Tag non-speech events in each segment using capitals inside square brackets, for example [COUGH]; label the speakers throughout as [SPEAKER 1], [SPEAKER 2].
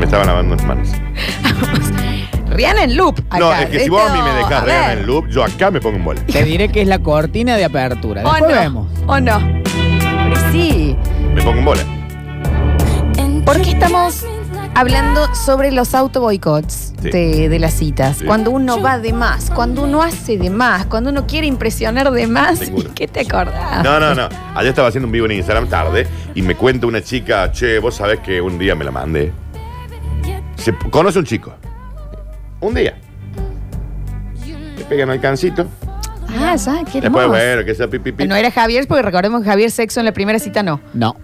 [SPEAKER 1] estaban lavando las manos.
[SPEAKER 2] Rihanna en loop. Acá,
[SPEAKER 1] no, es que si
[SPEAKER 2] ¿viste?
[SPEAKER 1] vos a mí me dejás
[SPEAKER 2] A
[SPEAKER 1] Rihanna
[SPEAKER 2] ver.
[SPEAKER 1] en loop, yo acá me pongo en bola.
[SPEAKER 3] Te diré que es la cortina de apertura.
[SPEAKER 2] O
[SPEAKER 3] Después
[SPEAKER 2] Oh, no.
[SPEAKER 3] vemos.
[SPEAKER 2] O no. Pero sí.
[SPEAKER 1] Me pongo en bola.
[SPEAKER 2] ¿Por qué estamos hablando sobre los auto boicots
[SPEAKER 1] Sí.
[SPEAKER 2] de, de las citas?
[SPEAKER 1] Sí.
[SPEAKER 2] Cuando uno va de más, cuando uno hace de más, cuando uno quiere impresionar de más.
[SPEAKER 1] Ninguno.
[SPEAKER 2] ¿Y qué te acordás?
[SPEAKER 1] No, no, no. Ayer estaba haciendo un vivo en Instagram tarde y me cuenta una chica, che, vos sabés que un día me la mandé. Se p- conoce un chico. Un día. Le pegan al cancito.
[SPEAKER 2] Ah, ya, qué
[SPEAKER 1] Después,
[SPEAKER 2] hermoso.
[SPEAKER 1] bueno, que sea pipipi.
[SPEAKER 2] No era Javier, porque recordemos que Javier sexo en la primera cita no.
[SPEAKER 3] No.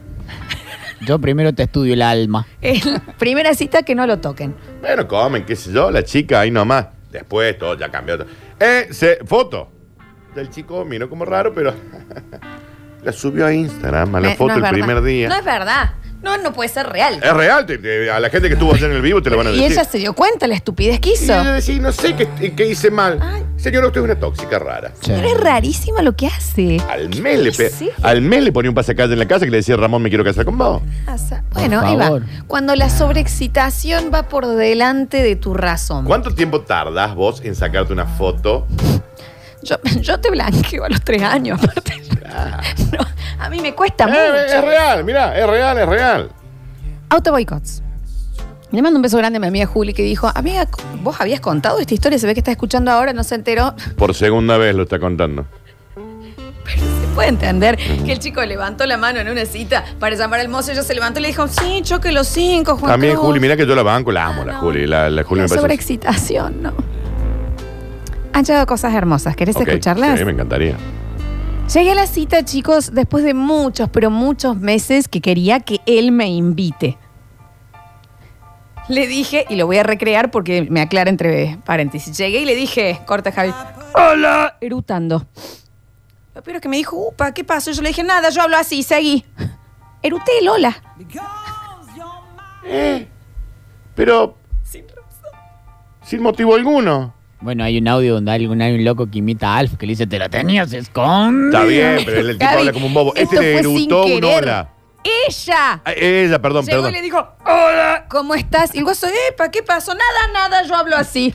[SPEAKER 3] Yo primero te estudio el alma. [LAUGHS]
[SPEAKER 2] En la primera cita que no lo toquen.
[SPEAKER 1] Bueno, comen, qué sé yo, la chica ahí nomás. Después todo ya cambió. todo. Eh, se- foto. Del chico miró como raro, pero. [LAUGHS] la subió a Instagram, a la
[SPEAKER 2] Eh,
[SPEAKER 1] foto
[SPEAKER 2] no es
[SPEAKER 1] el
[SPEAKER 2] verdad.
[SPEAKER 1] primer día. Eh,
[SPEAKER 2] No es verdad. No, no puede ser real.
[SPEAKER 1] Es real, te- te- a la gente que estuvo ayer en el vivo te lo van a
[SPEAKER 2] Y
[SPEAKER 1] decir.
[SPEAKER 2] ella se dio cuenta la estupidez que
[SPEAKER 1] Y
[SPEAKER 2] hizo.
[SPEAKER 1] ella decía, no sé qué, qué hice mal.
[SPEAKER 2] Ay.
[SPEAKER 1] Señora, usted es una tóxica rara.
[SPEAKER 3] Sí.
[SPEAKER 2] Pero es rarísima lo que hace.
[SPEAKER 1] Al mes, le pe-
[SPEAKER 2] Sí.
[SPEAKER 1] al mes le ponía un pasacalle en la casa que le decía, Ramón, me quiero casar con vos.
[SPEAKER 2] Pasa. Bueno,
[SPEAKER 3] Por
[SPEAKER 2] ahí va.
[SPEAKER 3] favor.
[SPEAKER 2] Cuando la sobreexcitación va por delante de tu razón.
[SPEAKER 1] ¿Cuánto tiempo tardás vos en sacarte una foto?
[SPEAKER 2] Yo, [LAUGHS] yo te blanqueo a los tres años, aparte. [LAUGHS] No, a mí me cuesta
[SPEAKER 1] Eh, es
[SPEAKER 2] mucho.
[SPEAKER 1] real, mirá, es real, es real.
[SPEAKER 2] Auto boicots. Le mando un beso grande a mi amiga Juli que dijo, amiga, vos habías contado esta historia, se ve que estás escuchando ahora, no se enteró. [LAUGHS]
[SPEAKER 1] Por segunda vez lo está contando.
[SPEAKER 2] Se puede entender que el chico levantó la mano en una cita para llamar al mozo, ella se levantó y le dijo, sí, choque los cinco, Juan
[SPEAKER 1] También
[SPEAKER 2] Cruz".
[SPEAKER 1] Juli, mirá que yo la banco, la amo,
[SPEAKER 2] Ah,
[SPEAKER 1] la
[SPEAKER 2] no.
[SPEAKER 1] Juli. La, la Juli
[SPEAKER 2] La
[SPEAKER 1] me parece.
[SPEAKER 2] sobreexcitación, ¿no? Han llegado cosas hermosas, ¿querés
[SPEAKER 1] Ok,
[SPEAKER 2] escucharlas?
[SPEAKER 1] Sí, me encantaría.
[SPEAKER 2] Llegué a la cita, chicos, después de muchos, pero muchos meses que quería que él me invite. Le dije, y lo voy a recrear porque me aclara entre paréntesis. Llegué y le dije, corta Javi, hola, erutando. Lo peor es que me dijo, upa, ¿qué pasó? Yo le dije, nada, yo hablo así, seguí. Eruté el hola.
[SPEAKER 1] Eh, pero sin motivo alguno.
[SPEAKER 3] Bueno, hay un audio donde hay un, hay un loco que imita a Alf que le dice, te la tenías escondida.
[SPEAKER 1] Está bien, pero
[SPEAKER 2] [LAUGHS]
[SPEAKER 1] el tipo
[SPEAKER 2] Javi,
[SPEAKER 1] habla como un bobo. Este
[SPEAKER 2] Mm. esto
[SPEAKER 1] le
[SPEAKER 2] fue sin
[SPEAKER 1] erutó un
[SPEAKER 2] querer.
[SPEAKER 1] hola.
[SPEAKER 2] Ella.
[SPEAKER 1] Ah, Ella, perdón,
[SPEAKER 2] Llegó
[SPEAKER 1] perdón.
[SPEAKER 2] y le dijo, hola, ¿cómo estás? Y el gozo, epa, ¿qué pasó? Nada, nada, yo hablo así.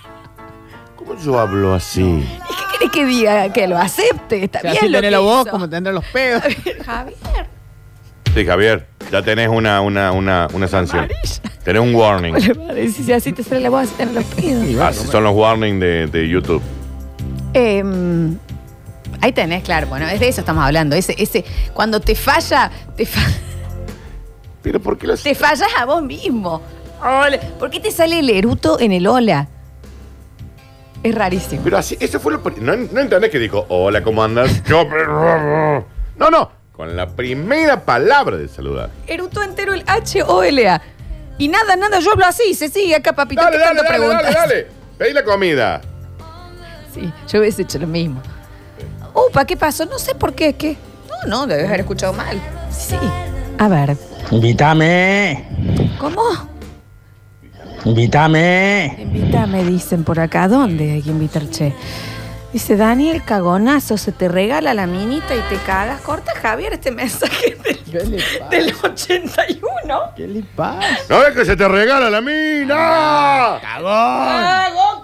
[SPEAKER 2] [LAUGHS]
[SPEAKER 1] ¿Cómo yo hablo así?
[SPEAKER 2] ¿Y qué querés que diga? Que lo acepte. Está
[SPEAKER 3] O sea,
[SPEAKER 2] bien
[SPEAKER 3] así
[SPEAKER 2] lo que
[SPEAKER 3] tenés la voz,
[SPEAKER 2] hizo.
[SPEAKER 3] como tendrás los pedos.
[SPEAKER 2] [LAUGHS] Javier.
[SPEAKER 1] [LAUGHS] Sí, Javier, ya tenés una, una, una, una sanción. Tenés un warning.
[SPEAKER 2] [LAUGHS] Le va a decir, si así te sale la voz, así te no lo pido.
[SPEAKER 1] Así son los warnings de, de YouTube.
[SPEAKER 2] Em, ahí tenés, claro. Bueno, es de eso estamos hablando. Ese, ese, cuando te falla, te, fa- [LAUGHS]
[SPEAKER 1] Pero ¿por qué las...
[SPEAKER 2] te fallas a vos mismo. Hola. ¿Por qué te sale el eruto en el hola? Es rarísimo.
[SPEAKER 1] Pero así, eso fue lo... pri- No, no entendés que dijo, hola, ¿cómo andas? [LAUGHS] Yo- No, no, con la primera palabra de saludar.
[SPEAKER 2] Eruto entero el H-O-L-A. Y nada, nada, yo hablo así, se sigue acá, papito.
[SPEAKER 1] Dale,
[SPEAKER 2] ¿qué
[SPEAKER 1] dale,
[SPEAKER 2] tanto
[SPEAKER 1] dale, dale,
[SPEAKER 2] preguntas?
[SPEAKER 1] dale. Pedí la comida.
[SPEAKER 2] Sí, yo hubiese hecho lo mismo. Upa, ¿qué pasó? No sé por qué, ¿qué? No, no, debes haber escuchado mal. Sí. A ver,
[SPEAKER 4] Invítame,
[SPEAKER 2] ¿cómo?
[SPEAKER 4] invítame.
[SPEAKER 2] Invítame, dicen por acá. ¿A ¿Dónde hay que invitar, che? Dice, Daniel, cagonazo, se te regala la minita y te cagas. Corta, Javier, este mensaje [LAUGHS] del,
[SPEAKER 3] ¿Qué le pasa?
[SPEAKER 2] del 81.
[SPEAKER 3] ¿Qué le pasa?
[SPEAKER 1] No ves que se te regala la
[SPEAKER 2] Ah.
[SPEAKER 1] mina.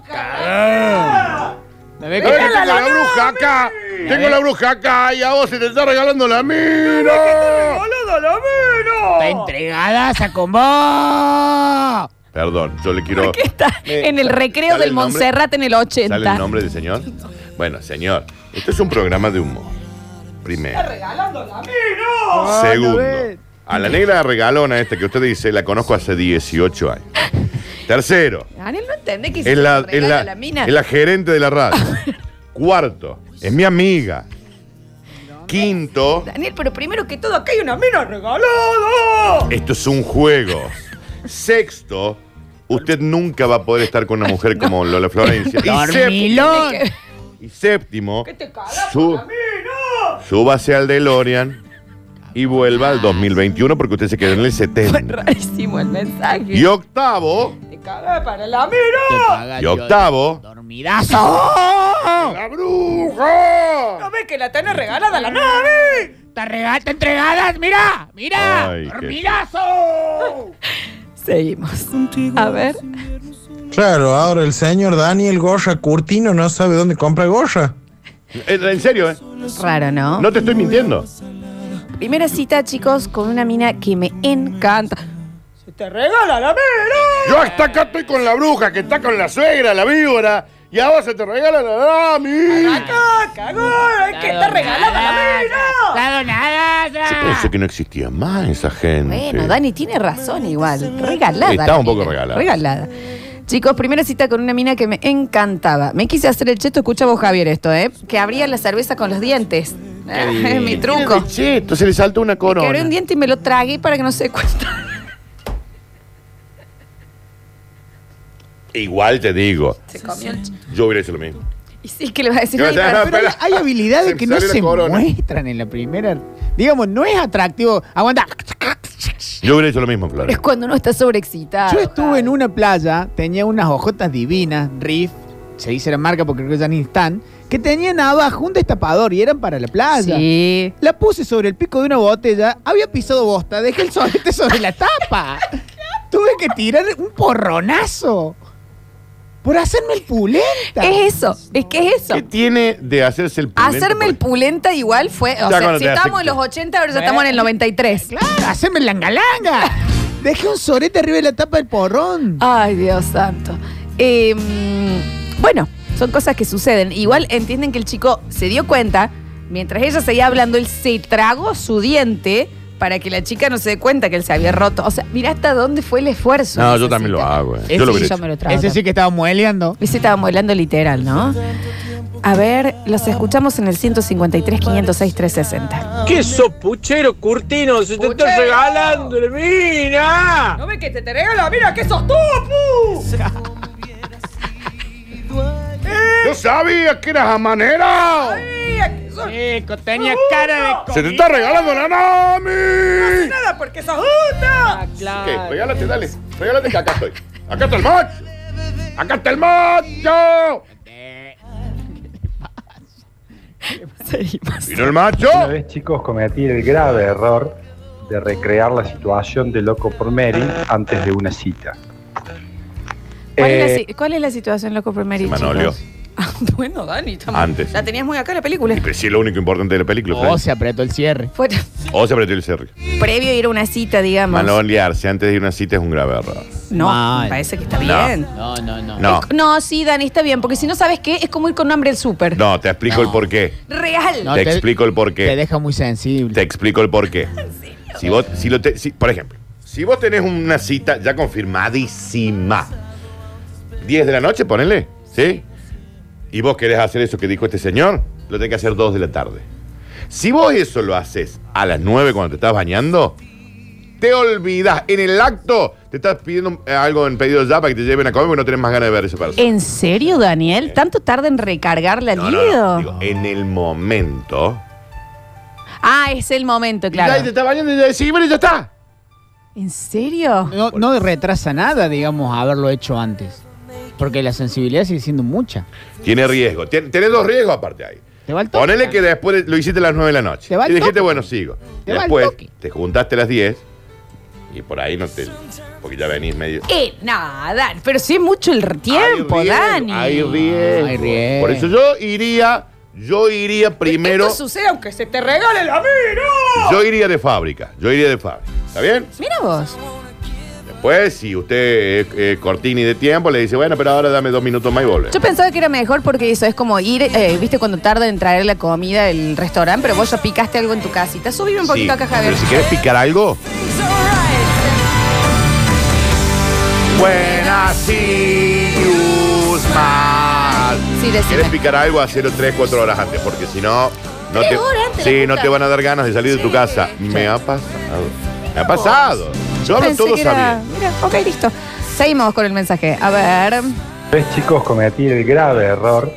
[SPEAKER 3] ¡Cagón! ¿Me ve
[SPEAKER 1] No ves que
[SPEAKER 3] que- este
[SPEAKER 1] tengo la bruja acá. Tengo la bruja acá y a vos se te está regalando la mina.
[SPEAKER 3] Está entregada, esa combo.
[SPEAKER 1] Perdón, yo le quiero...
[SPEAKER 2] ¿Por qué está
[SPEAKER 1] Eh,
[SPEAKER 2] en el
[SPEAKER 1] sale-
[SPEAKER 2] recreo
[SPEAKER 1] sale
[SPEAKER 2] del
[SPEAKER 1] el nombre-
[SPEAKER 2] Montserrat en el 80?
[SPEAKER 1] ¿Sale el nombre del señor? Bueno, señor, esto es un programa de humor. Primero. Segundo. A la negra regalona esta que usted dice, la conozco hace 18
[SPEAKER 2] [LAUGHS]
[SPEAKER 1] años. Tercero,
[SPEAKER 2] Daniel no entiende que se
[SPEAKER 1] es la,
[SPEAKER 2] te
[SPEAKER 1] es
[SPEAKER 2] regala
[SPEAKER 1] la-
[SPEAKER 2] la mina.
[SPEAKER 1] es la gerente de la
[SPEAKER 2] [LAUGHS]
[SPEAKER 1] radio. Cuarto, es mi amiga. Quinto,
[SPEAKER 2] Daniel, pero primero que todo, acá hay una mina regalada.
[SPEAKER 1] esto es un juego. Sexto, usted nunca va a poder estar con una mujer como Lola Florencia. Y séptimo-
[SPEAKER 3] ¡Dormilón!
[SPEAKER 1] Y séptimo,
[SPEAKER 2] te cagas
[SPEAKER 1] su- súbase al DeLorean y vuelva al 2021 porque usted se quedó en el 70.
[SPEAKER 2] Rarísimo el mensaje.
[SPEAKER 1] Y octavo,
[SPEAKER 2] Te cagas para la mina.
[SPEAKER 1] y octavo, [LAUGHS]
[SPEAKER 3] ¡Dormidazo!
[SPEAKER 1] ¡la bruja!
[SPEAKER 2] ves que la tenés regalada la nave?
[SPEAKER 3] ¡Está regata entregadas! ¡Mira! ¡Mira!
[SPEAKER 1] Ay, qué-
[SPEAKER 3] ¡Dormidazo!
[SPEAKER 2] Seguimos. A ver.
[SPEAKER 5] Claro, ahora el señor Daniel Gorra Curtino no sabe dónde compra gorra.
[SPEAKER 1] En, en serio, ¿eh?
[SPEAKER 2] Raro, ¿no?
[SPEAKER 1] No te estoy mintiendo.
[SPEAKER 2] Primera cita, chicos, con una mina que me encanta.
[SPEAKER 1] Yo hasta acá estoy con la bruja, que está con la suegra, la víbora. Y ahora se te regala la dami.
[SPEAKER 2] ¿Qué te
[SPEAKER 3] Claro, nada. ya.
[SPEAKER 1] Yo pensé que no existía más esa gente.
[SPEAKER 2] Bueno, Dani tiene razón igual. Regalada.
[SPEAKER 1] Está
[SPEAKER 2] la
[SPEAKER 1] un poco
[SPEAKER 2] mina.
[SPEAKER 1] regalada.
[SPEAKER 2] Regalada. Chicos, primera cita con una mina que me encantaba. Me quise hacer el cheto, escucha vos, Javier, esto, ¿eh? Que abría la cerveza con los dientes. Ah, [LAUGHS] es mi truco.
[SPEAKER 1] Cheto, se le saltó una corona.
[SPEAKER 2] Quebré un diente y me lo tragué para que no se cuenta. [LAUGHS]
[SPEAKER 1] Igual te digo,
[SPEAKER 2] Se comió el cheto.
[SPEAKER 1] yo hubiera hecho lo mismo.
[SPEAKER 2] Y sí, que le va a decir.
[SPEAKER 1] Yo-
[SPEAKER 2] "Ay,
[SPEAKER 1] no, no,
[SPEAKER 2] pero- pero-
[SPEAKER 1] espera.
[SPEAKER 3] Hay habilidades
[SPEAKER 1] Se
[SPEAKER 3] que no
[SPEAKER 1] sale la
[SPEAKER 3] se
[SPEAKER 1] corona.
[SPEAKER 3] muestran en la primera. Digamos, no es atractivo. Aguanta.
[SPEAKER 1] Yo hubiera hecho lo mismo, Flores.
[SPEAKER 2] Es cuando uno está sobreexcitado.
[SPEAKER 3] Yo estuve en una playa, tenía unas ojotas divinas, Riff, se dice la marca porque creo que ya ni están, que tenían abajo un destapador y eran para la playa.
[SPEAKER 2] Sí.
[SPEAKER 3] La puse sobre el pico de una botella, había pisado bosta, dejé el solete sobre la tapa. Tuve que tirar un porronazo por hacerme el pulenta.
[SPEAKER 2] Es eso, es que es eso.
[SPEAKER 1] ¿Qué tiene de hacerse el pulento?
[SPEAKER 2] Hacerme el pulenta igual fue. O
[SPEAKER 1] pues. Ya
[SPEAKER 2] sea,
[SPEAKER 1] cuando
[SPEAKER 2] si
[SPEAKER 1] te hace-
[SPEAKER 2] estamos en los 80, ahora ya estamos en el 93.
[SPEAKER 3] Claro, hacerme el langalanga. Dejé un sorete arriba de la tapa del porrón.
[SPEAKER 2] Ay, Dios santo. Eh, mm, bueno, son cosas que suceden. Igual entienden que el chico se dio cuenta, mientras ella seguía hablando, él se tragó su diente para que la chica no se dé cuenta que él se había roto. O sea, mira hasta dónde fue el esfuerzo.
[SPEAKER 1] No,
[SPEAKER 2] de
[SPEAKER 1] yo
[SPEAKER 2] esa
[SPEAKER 1] también lo
[SPEAKER 2] cita.
[SPEAKER 1] hago. eh.
[SPEAKER 3] Ese
[SPEAKER 1] Yo lo
[SPEAKER 2] Sí,
[SPEAKER 1] hubiera
[SPEAKER 2] yo
[SPEAKER 1] hecho.
[SPEAKER 2] me lo trago.
[SPEAKER 3] Ese sí que estaba mueleando.
[SPEAKER 2] Ese estaba volando literal, ¿no? A ver, los escuchamos en el 153 506 360.
[SPEAKER 6] ¿Qué sos, puchero, Curtino? ¡Se te está regalando, mira!
[SPEAKER 2] No ve que te te regala, mira que sos tú,
[SPEAKER 1] Yo sabía que eras manera.
[SPEAKER 3] Chico, tenía cara
[SPEAKER 1] Se te está regalando la Nami.
[SPEAKER 2] Nada porque sos puta.
[SPEAKER 1] ¿Qué? Regálate, dale. Regálate que acá estoy. Acá está el macho. Acá está el macho.
[SPEAKER 2] Seguimos.
[SPEAKER 1] ¿Vino el macho?
[SPEAKER 7] Una vez, chicos, cometí el grave error de recrear la situación de loco por Mary antes de una cita.
[SPEAKER 2] ¿Cuál, es la,
[SPEAKER 7] Eh,
[SPEAKER 2] si- cuál es la situación, loco, por Mary,
[SPEAKER 1] Manolio.
[SPEAKER 2] chicos? [LAUGHS] Ah, bueno, Dani, estamos-
[SPEAKER 1] Antes.
[SPEAKER 2] La tenías muy acá en la película.
[SPEAKER 1] Y pero sí es lo único importante de la
[SPEAKER 2] Oh,
[SPEAKER 1] película.
[SPEAKER 3] O
[SPEAKER 1] Fran.
[SPEAKER 3] Oh, se apretó el cierre.
[SPEAKER 2] Fue
[SPEAKER 1] O se apretó el cerro.
[SPEAKER 2] previo a ir a una cita, digamos.
[SPEAKER 1] Manolearse antes de ir a una cita es un grave error.
[SPEAKER 2] No,
[SPEAKER 3] Mal.
[SPEAKER 2] me parece que está
[SPEAKER 1] No.
[SPEAKER 2] bien.
[SPEAKER 3] No, no, no.
[SPEAKER 1] No,
[SPEAKER 2] No, sí, Dani, está bien, porque si no sabes qué, es como ir con hambre al súper.
[SPEAKER 1] no, te explico
[SPEAKER 3] No.
[SPEAKER 1] el porqué.
[SPEAKER 2] Real.
[SPEAKER 3] No,
[SPEAKER 1] te,
[SPEAKER 3] te-
[SPEAKER 1] explico el porqué.
[SPEAKER 3] Te deja muy sensible.
[SPEAKER 1] Te explico el
[SPEAKER 2] [LAUGHS]
[SPEAKER 1] porqué. Si vos, si lo te- si- por ejemplo, si vos tenés una cita ya confirmadísima, 10 de la noche, ponele, ¿sí? Y vos querés hacer eso que dijo este señor, lo tenés que hacer 2 de la tarde. Si vos eso lo haces a las 9 cuando te estás bañando, te olvidas. En el acto te estás pidiendo eh, algo en pedido ya para que te lleven a comer porque no tenés más ganas de ver a esa persona.
[SPEAKER 2] ¿En serio, Daniel? ¿Tanto tarda en recargar la
[SPEAKER 1] No, no,
[SPEAKER 2] libido?
[SPEAKER 1] no, digo, en el momento.
[SPEAKER 2] Ah, es el momento,
[SPEAKER 1] Y ya te
[SPEAKER 2] claro.
[SPEAKER 1] estás bañando y ya decís, bueno, ya está.
[SPEAKER 2] ¿En serio?
[SPEAKER 3] No, no retrasa nada, digamos, haberlo hecho antes. Porque la sensibilidad sigue siendo mucha.
[SPEAKER 1] Tiene riesgo. Tien- tenés dos riesgos aparte ahí.
[SPEAKER 3] Te va el toque.
[SPEAKER 1] Ponele que después lo hiciste a las 9 de la noche.
[SPEAKER 3] Te va
[SPEAKER 1] y
[SPEAKER 3] el
[SPEAKER 1] dijiste,
[SPEAKER 3] toque.
[SPEAKER 1] bueno, sigo.
[SPEAKER 3] Te va el
[SPEAKER 1] después
[SPEAKER 3] toque.
[SPEAKER 1] te juntaste a las 10 y por ahí no te. Porque ya venís medio.
[SPEAKER 2] Eh, nada, pero sí es mucho el r-
[SPEAKER 1] Hay
[SPEAKER 2] tiempo,
[SPEAKER 1] riesgo,
[SPEAKER 2] Dani.
[SPEAKER 1] Hay riesgo.
[SPEAKER 3] Hay riesgo.
[SPEAKER 1] Por eso yo iría. Yo iría primero.
[SPEAKER 2] Esto sucede aunque se te regale la vida.
[SPEAKER 1] Yo iría de fábrica. Yo iría de fábrica. ¿Está bien?
[SPEAKER 2] Mira vos.
[SPEAKER 1] Después, si usted es eh, cortini de tiempo, le dice, bueno, pero ahora dame dos minutos más y vuelve.
[SPEAKER 2] Yo pensaba que era mejor porque eso es como ir, eh, viste, cuando tardan en traer la comida del restaurante, pero vos ya picaste algo en tu casita. Subime un poquito
[SPEAKER 1] Sí,
[SPEAKER 2] acá, Javier.
[SPEAKER 1] Pero si quieres picar algo. Buenas news más.
[SPEAKER 2] Sí, decime.
[SPEAKER 1] ¿Quieres picar algo? Hacelo 3, 4 horas antes, porque si no. No
[SPEAKER 2] Tres
[SPEAKER 1] te,
[SPEAKER 2] horas antes,
[SPEAKER 1] sí,
[SPEAKER 2] la
[SPEAKER 1] no
[SPEAKER 2] puta.
[SPEAKER 1] te van a dar ganas de salir de tu
[SPEAKER 2] Sí.
[SPEAKER 1] casa. Me ha pasado. Me ha pasado. Yo hablo
[SPEAKER 2] Pensé
[SPEAKER 1] todo
[SPEAKER 2] que era-
[SPEAKER 1] sabiendo.
[SPEAKER 2] Mira, ok, listo. Seguimos con el mensaje. A ver.
[SPEAKER 7] Una vez, chicos, cometí el grave error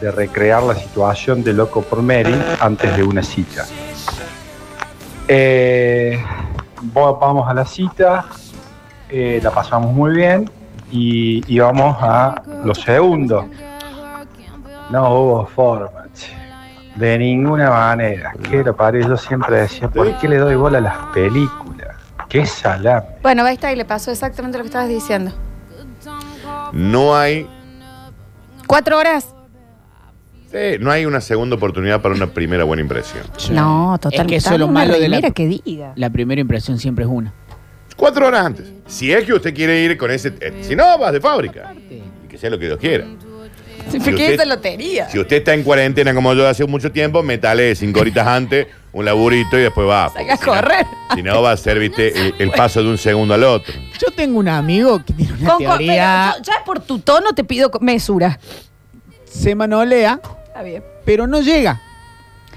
[SPEAKER 7] de recrear la situación de loco por Mary antes de una cita. Eh, vo- vamos a la cita, eh, la pasamos muy bien y, y vamos a lo segundo. No hubo forma, che. De ninguna manera. Que lo pare, yo siempre decía, ¿por qué le doy bola a las películas? Qué salame.
[SPEAKER 2] Bueno, ahí está y le pasó exactamente lo que estabas diciendo.
[SPEAKER 1] No hay,
[SPEAKER 2] ¿Cuatro horas?
[SPEAKER 1] sí, no hay una segunda oportunidad para una primera buena impresión.
[SPEAKER 2] No,
[SPEAKER 3] Es
[SPEAKER 2] totalmente.
[SPEAKER 3] que eso es lo malo de la-
[SPEAKER 2] Mira que diga.
[SPEAKER 3] La primera impresión siempre es una.
[SPEAKER 1] Cuatro horas antes. Si es que usted quiere ir con ese... eh, si no, vas de fábrica. Y que sea lo que Dios quiera. Si
[SPEAKER 2] Si que
[SPEAKER 1] usted-
[SPEAKER 2] esa lotería.
[SPEAKER 1] Si usted está en cuarentena como yo hace mucho tiempo, metale cinco horitas antes, un laburito y después va.
[SPEAKER 2] Salga
[SPEAKER 1] Porque
[SPEAKER 2] a
[SPEAKER 1] si no-
[SPEAKER 2] correr.
[SPEAKER 1] Si no, va a ser, viste, el, el paso de un segundo al otro.
[SPEAKER 3] Yo tengo un amigo que tiene una
[SPEAKER 2] Con- con- pero
[SPEAKER 3] teoría.
[SPEAKER 2] yo- ya por tu tono te pido co- mesura.
[SPEAKER 3] Se manolea,
[SPEAKER 2] Está bien.
[SPEAKER 3] pero no llega.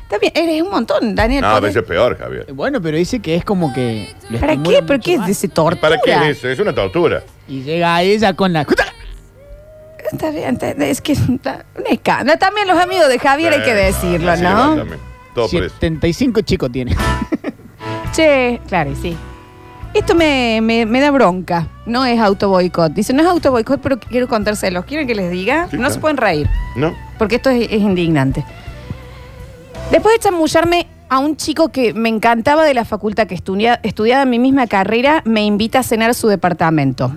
[SPEAKER 2] Está bien, eres un montón, Daniel.
[SPEAKER 1] No, a
[SPEAKER 2] podés-
[SPEAKER 1] veces es peor, Javier.
[SPEAKER 3] Eh, Bueno, pero dice que es como que. lo
[SPEAKER 2] ¿Para
[SPEAKER 3] estimula
[SPEAKER 2] qué? ¿Pero
[SPEAKER 3] mucho
[SPEAKER 2] qué
[SPEAKER 3] más.
[SPEAKER 2] es ese tortura?
[SPEAKER 1] ¿Para qué es eso? Es una tortura.
[SPEAKER 3] Y llega ella con la.
[SPEAKER 2] Está bien, está- es que es un un escándalo. También los amigos de Javier hay que
[SPEAKER 1] Eh,
[SPEAKER 2] decirlo,
[SPEAKER 1] así le
[SPEAKER 2] ¿no?
[SPEAKER 1] va también. Todo por eso.
[SPEAKER 3] 75 chicos tiene.
[SPEAKER 2] Che, claro, y sí. Esto me, me- me da bronca. No es auto boicot. Dice, no es auto boicot, pero quiero contárselos. ¿Quieren que les diga?
[SPEAKER 1] Sí,
[SPEAKER 2] no
[SPEAKER 1] claro.
[SPEAKER 2] se pueden reír,
[SPEAKER 1] ¿No?
[SPEAKER 2] porque esto es, es indignante. Después de chamullarme a un chico que me encantaba de la facultad, que estudia- estudiaba mi misma carrera, me invita a cenar a su departamento.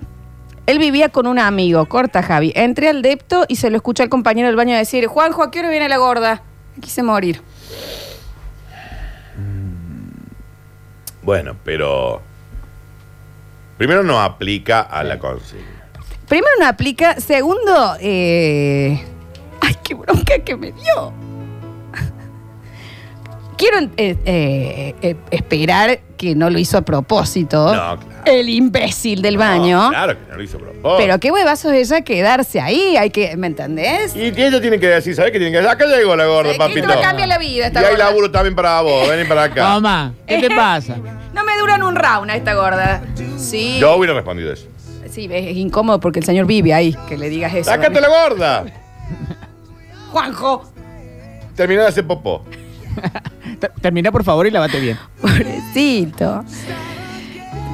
[SPEAKER 2] Él vivía con un amigo, corta Javi. Entré al depto y se lo escuché al compañero del baño decir, Juanjo, ¿a qué hora viene la gorda? Me Quise morir.
[SPEAKER 1] Bueno, pero. Primero no aplica a la consigna.
[SPEAKER 2] Primero no aplica, segundo, eh... ay, qué bronca que me dio. [LAUGHS] Quiero eh, eh, eh, esperar que no lo hizo a propósito.
[SPEAKER 1] No, claro.
[SPEAKER 2] El imbécil ¿Oh? del baño.
[SPEAKER 1] No, claro que no lo hizo a propósito.
[SPEAKER 2] Pero qué huevazo es ella quedarse ahí, hay que, ¿me entendés?
[SPEAKER 1] Y que ella tiene que decir, ¿sabes qué tiene que decir? Acá llegó la gorda,
[SPEAKER 2] Eh,
[SPEAKER 1] papito.
[SPEAKER 2] Esto me cambia la vida
[SPEAKER 1] Y
[SPEAKER 2] esta
[SPEAKER 1] hay
[SPEAKER 2] gorda.
[SPEAKER 1] laburo también para vos, vení para acá.
[SPEAKER 3] Mamá,
[SPEAKER 2] [LAUGHS]
[SPEAKER 3] ¿qué te pasa?
[SPEAKER 2] No me duran un round a esta gorda. Sí.
[SPEAKER 1] Yo hubiera respondido eso.
[SPEAKER 2] Sí, es incómodo porque el señor vive ahí, que le digas eso.
[SPEAKER 1] ¡Sácate la gorda!
[SPEAKER 2] Juanjo.
[SPEAKER 1] Terminé de hacer popó.
[SPEAKER 3] Ter- Termina por favor y lavate bien.
[SPEAKER 2] Pobrecito.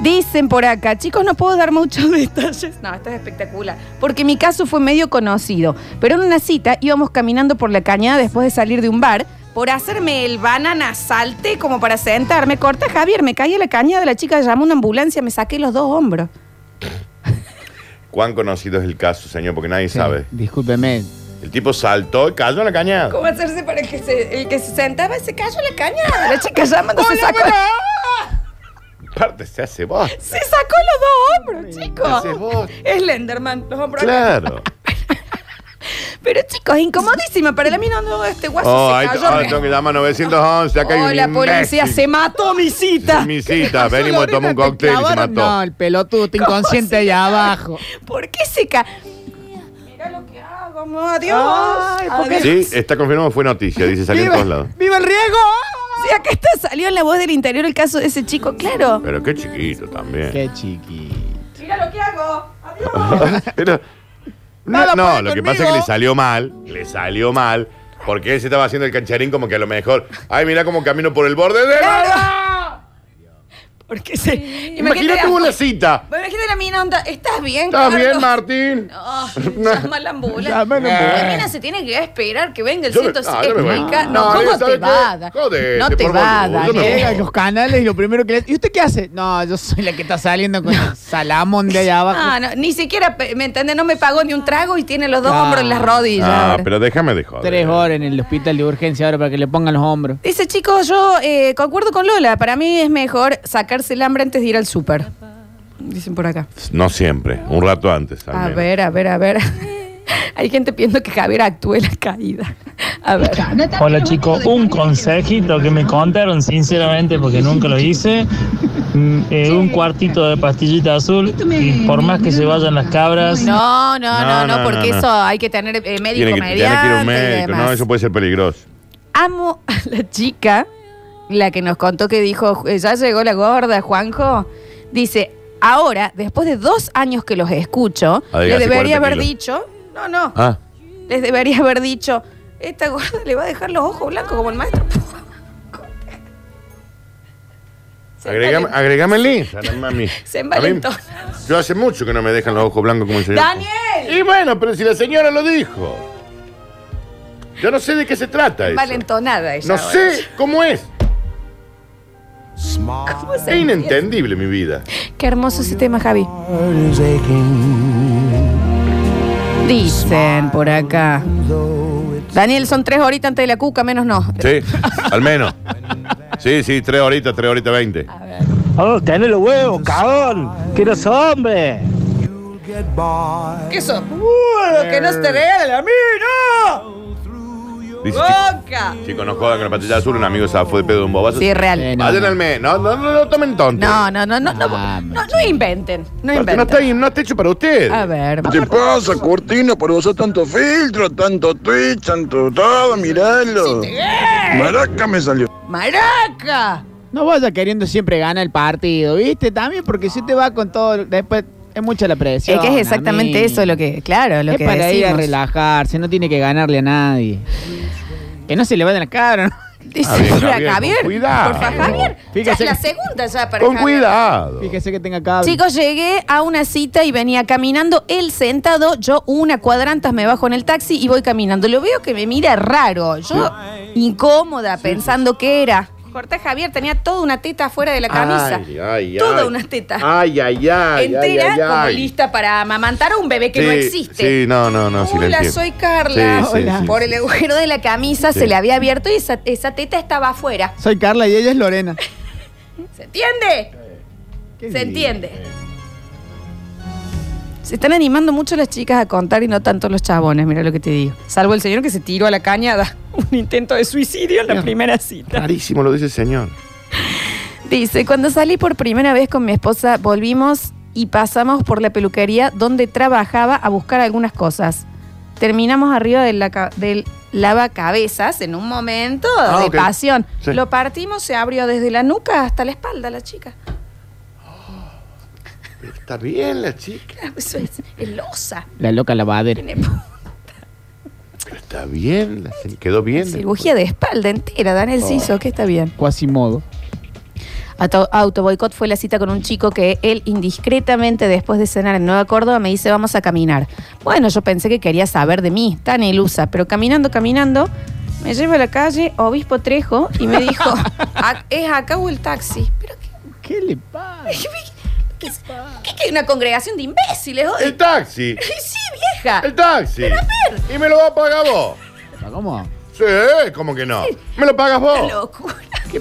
[SPEAKER 2] Dicen por acá, chicos, no puedo dar muchos [LAUGHS] detalles. No, esto es espectacular. Porque mi caso fue medio conocido. Pero en una cita íbamos caminando por la cañada después de salir de un bar. Por hacerme el banana salte como para sentarme. Corta, Javier, me caí a la cañada. La chica llamó a una ambulancia, me saqué los dos hombros.
[SPEAKER 1] ¿Cuán conocido es el caso, señor? Porque nadie sabe.
[SPEAKER 3] Discúlpeme.
[SPEAKER 1] El tipo saltó y cayó en la cañada.
[SPEAKER 2] ¿Cómo hacerse para que se- el que se sentaba se cayó a la cañada? La chica llamando se sacó,
[SPEAKER 1] Parte se hace vos.
[SPEAKER 2] [LAUGHS] se sacó los dos hombros,
[SPEAKER 1] Haces
[SPEAKER 2] chicos.
[SPEAKER 1] vos.
[SPEAKER 2] Es Lenderman, los hombros. acá.
[SPEAKER 1] Claro.
[SPEAKER 2] Pero chicos, incomodísima. Para la mina no, este guaso
[SPEAKER 1] Oh,
[SPEAKER 2] se
[SPEAKER 1] ahí
[SPEAKER 2] cayó.
[SPEAKER 1] ahora tengo que llamar a 911. Acá hay
[SPEAKER 2] Oh,
[SPEAKER 1] un
[SPEAKER 2] la policía
[SPEAKER 1] imbécil.
[SPEAKER 2] se mató mi cita.
[SPEAKER 1] Mi
[SPEAKER 2] ¿Qué le
[SPEAKER 1] cita,
[SPEAKER 2] pasó a
[SPEAKER 1] venimos a
[SPEAKER 2] Lorena?
[SPEAKER 1] tomar un cóctel y se
[SPEAKER 3] Clavaron- No,
[SPEAKER 1] mató.
[SPEAKER 3] el pelotudo está
[SPEAKER 2] ¿Cómo
[SPEAKER 3] inconsciente
[SPEAKER 2] se
[SPEAKER 3] allá
[SPEAKER 2] llama?
[SPEAKER 3] abajo.
[SPEAKER 2] ¿Por qué se cae? Mira lo que hago, amor. Adiós.
[SPEAKER 3] Ay, ¿por qué?
[SPEAKER 2] Adiós.
[SPEAKER 1] Sí, está confirmado, fue noticia. Dice, salió en todos lados.
[SPEAKER 3] ¡Viva el riego!
[SPEAKER 2] Sí, acá está, salió en la voz del interior el caso de ese chico, claro.
[SPEAKER 1] Pero qué chiquito también.
[SPEAKER 3] Qué chiqui.
[SPEAKER 2] Mira lo que hago.
[SPEAKER 1] [LAUGHS] Pero-
[SPEAKER 3] Nada
[SPEAKER 1] no,
[SPEAKER 3] puede
[SPEAKER 1] lo que
[SPEAKER 3] conmigo.
[SPEAKER 1] pasa es que le salió mal. Le salió mal. Porque él se estaba haciendo el cancharín como que a lo mejor. Ay, mira cómo camino por el borde de. [LAUGHS]
[SPEAKER 2] Porque se.
[SPEAKER 1] Imagínate una cita.
[SPEAKER 2] Bueno, imagínate la mina onda. ¿Estás bien,
[SPEAKER 1] ¿Estás bien,
[SPEAKER 2] Carlos?
[SPEAKER 1] Martín? [LAUGHS]
[SPEAKER 2] Oh, llama a la ambulancia.
[SPEAKER 3] Llama a la ambulancia.
[SPEAKER 2] La mina se tiene que esperar que venga el
[SPEAKER 1] Yo me-
[SPEAKER 2] 106.
[SPEAKER 1] ah, yo me voy.
[SPEAKER 2] Explica-
[SPEAKER 1] Ah,
[SPEAKER 2] No,
[SPEAKER 1] no,
[SPEAKER 2] ¿cómo
[SPEAKER 1] ¿sabes
[SPEAKER 2] te
[SPEAKER 1] qué?
[SPEAKER 2] va? Da-
[SPEAKER 1] Jodete,
[SPEAKER 2] no te
[SPEAKER 1] por
[SPEAKER 2] va,
[SPEAKER 1] boludo, yo me
[SPEAKER 2] Daniel.
[SPEAKER 3] Llega a los canales y lo primero que le. ¿Y usted qué hace? No, yo soy la que está saliendo
[SPEAKER 2] [LAUGHS]
[SPEAKER 3] con el salamón de allá abajo.
[SPEAKER 2] Ah, no, ni siquiera, pe- ¿me entiendes? No me pagó ni un trago y tiene los dos
[SPEAKER 3] Ah.
[SPEAKER 2] hombros en las rodillas.
[SPEAKER 1] Ah,
[SPEAKER 2] ahora.
[SPEAKER 1] pero déjame de joder.
[SPEAKER 3] Tres horas en el hospital de urgencia ahora para que le pongan los hombros.
[SPEAKER 2] Dice, chicos, yo eh, concuerdo con Lola. Para mí es mejor sacarse el hambre antes de ir al súper. Dicen por acá.
[SPEAKER 1] No siempre, un rato antes. al
[SPEAKER 2] A
[SPEAKER 1] menos.
[SPEAKER 2] ver, a ver, a ver. [LAUGHS] Hay gente pidiendo que Javier actúe la caída. [LAUGHS] A ver.
[SPEAKER 8] Hola chicos, un consejito que me contaron sinceramente porque nunca lo hice. Mm, eh, un cuartito de pastillita azul y por más que se vayan las cabras,
[SPEAKER 2] No, no, no, no,
[SPEAKER 1] No, no,
[SPEAKER 2] porque
[SPEAKER 1] no, no.
[SPEAKER 2] eso hay que tener eh, médico
[SPEAKER 1] Tiene que, tiene que ir
[SPEAKER 2] mediante
[SPEAKER 1] un
[SPEAKER 2] y
[SPEAKER 1] médico.
[SPEAKER 2] demás.
[SPEAKER 1] No, eso puede ser peligroso.
[SPEAKER 2] Amo a la chica, la que nos contó que dijo, eh, ya llegó la gorda, Juanjo. Dice, ahora, después de dos años que los escucho, le
[SPEAKER 1] Adelgace 40
[SPEAKER 2] debería haber
[SPEAKER 1] kilos.
[SPEAKER 2] dicho, no, no,
[SPEAKER 1] Ah,
[SPEAKER 2] les debería haber dicho, esta gorda le va a dejar los ojos blancos como el maestro. Se
[SPEAKER 1] agregame,
[SPEAKER 2] envalentó.
[SPEAKER 1] agregame el Instagram, mami.
[SPEAKER 2] [LAUGHS] Se
[SPEAKER 1] A mí-
[SPEAKER 2] envalentó.
[SPEAKER 1] Yo hace mucho que no me dejan los ojos blancos como el señor.
[SPEAKER 2] ¡Daniel!
[SPEAKER 1] Y bueno, pero si la señora lo dijo. Yo no sé de qué se trata eso.
[SPEAKER 2] Valentonada ella.
[SPEAKER 1] No
[SPEAKER 2] ahora.
[SPEAKER 1] sé cómo es. Es inentendible mi vida.
[SPEAKER 2] Qué hermoso ese tema, Javi. Dicen por acá. Daniel, son tres horitas antes de la cuca, menos no.
[SPEAKER 1] Sí, al menos. Sí, sí, tres horitas, tres horitas veinte.
[SPEAKER 2] Ah.
[SPEAKER 8] Oh, tenés los huevos, cabrón. Que eres hombre.
[SPEAKER 2] ¿Qué son? ¡Uh, que no se regale a mí, no!
[SPEAKER 1] Dice, "Chi-
[SPEAKER 2] ¡Boca!
[SPEAKER 1] chico, no jodan con la patilla azul, un amigo se fue de pedo de un bobazo.
[SPEAKER 2] Sí, real.
[SPEAKER 3] Eh,
[SPEAKER 1] Vayan al mes. No, no, no, no tomen tonto.
[SPEAKER 2] No, no, no, no, no, no, no, no inventen. No
[SPEAKER 1] Aparte, No está,
[SPEAKER 2] inventen.
[SPEAKER 1] no está hecho para usted.
[SPEAKER 2] A ver,
[SPEAKER 9] ¿Qué te pasa, Cortina? Por usar tanto filtro, tanto Twitch, tanto todo, miralo. Maraca me salió.
[SPEAKER 2] ¡Maraca!
[SPEAKER 3] No vaya queriendo siempre ganar el partido, ¿viste? También porque si te va con todo, después es mucha la presión.
[SPEAKER 2] Es que es exactamente
[SPEAKER 3] amigo.
[SPEAKER 2] eso lo que, claro, lo
[SPEAKER 3] es
[SPEAKER 2] que
[SPEAKER 3] para ir a
[SPEAKER 2] decimos.
[SPEAKER 3] relajarse, no tiene que ganarle a nadie. Que no se le vayan las cabras. ¿no?
[SPEAKER 2] Dice
[SPEAKER 1] Javier,
[SPEAKER 2] por
[SPEAKER 1] Javier,
[SPEAKER 2] acá, Javier.
[SPEAKER 1] con cuidado.
[SPEAKER 2] Por favor, Javier. Ya es
[SPEAKER 3] Fíjese
[SPEAKER 2] la
[SPEAKER 3] que-
[SPEAKER 2] segunda ya para
[SPEAKER 1] Con
[SPEAKER 2] Javier.
[SPEAKER 1] cuidado.
[SPEAKER 3] Fíjese que tenga cabras.
[SPEAKER 2] Chicos, llegué a una cita y venía caminando él sentado, yo una cuadrantas me bajo en el taxi y voy caminando. Lo veo que me mira raro, yo incómoda pensando que era. Corta Javier tenía toda una teta fuera de la camisa.
[SPEAKER 1] Ay, ay,
[SPEAKER 2] toda
[SPEAKER 1] ay.
[SPEAKER 2] una teta.
[SPEAKER 1] Ay, ay, ay.
[SPEAKER 2] entera
[SPEAKER 1] ay, ay,
[SPEAKER 2] como
[SPEAKER 1] ay.
[SPEAKER 2] lista para amamantar a un bebé que no
[SPEAKER 1] Sí,
[SPEAKER 2] existe.
[SPEAKER 1] Sí, no, no, no. sí, la
[SPEAKER 2] Hola,
[SPEAKER 1] entiendo.
[SPEAKER 2] soy Carla.
[SPEAKER 1] Sí, sí,
[SPEAKER 3] Hola.
[SPEAKER 1] sí,
[SPEAKER 2] Por
[SPEAKER 1] sí.
[SPEAKER 2] el agujero de la camisa
[SPEAKER 1] Sí.
[SPEAKER 2] se le había abierto y esa, esa teta estaba afuera.
[SPEAKER 3] Soy Carla y ella es Lorena.
[SPEAKER 2] ¿Se entiende? Se
[SPEAKER 3] Qué lindo.
[SPEAKER 2] entiende. Se están animando mucho las chicas a contar y no tanto los chabones, mira lo que te digo. Salvo el señor que se tiró a la [LAUGHS] cañada. Un intento de suicidio en la primera cita.
[SPEAKER 1] Clarísimo lo dice el señor.
[SPEAKER 2] Dice, cuando salí por primera vez con mi esposa, volvimos y pasamos por la peluquería donde trabajaba a buscar algunas cosas. Terminamos arriba del, laca- del lavacabezas en un momento
[SPEAKER 1] Ah,
[SPEAKER 2] de
[SPEAKER 1] ok.
[SPEAKER 2] pasión.
[SPEAKER 1] Sí.
[SPEAKER 2] Lo partimos, se abrió desde la nuca hasta la espalda la chica. [LAUGHS]
[SPEAKER 1] Pero está bien la chica.
[SPEAKER 2] Eso es el osa.
[SPEAKER 3] La loca lavadera.
[SPEAKER 2] Tiene
[SPEAKER 1] Pero está bien. La se quedó bien.
[SPEAKER 2] cirugía de espalda entera. Daniel Siso, que está bien.
[SPEAKER 3] Cuasimodo.
[SPEAKER 2] Auto, boicot fue la cita con un chico que él indiscretamente después de cenar en Nueva Córdoba me dice vamos a caminar. Bueno, yo pensé que quería saber de mí, tan ilusa, pero caminando, caminando, me lleva a la calle Obispo Trejo y me dijo, "Ac- es acá o el taxi. Pero qué, [LAUGHS]
[SPEAKER 3] ¿Qué le pasa?
[SPEAKER 2] qué, es- qué, qué hay una congregación de imbéciles. hoy?
[SPEAKER 1] El taxi.
[SPEAKER 2] Sí, vieja.
[SPEAKER 1] El taxi. Y me lo va a pagar vos.
[SPEAKER 3] ¿Cómo?
[SPEAKER 1] Sí, ¿cómo que no? Me lo pagas
[SPEAKER 2] Qué
[SPEAKER 1] vos.
[SPEAKER 2] locura. Que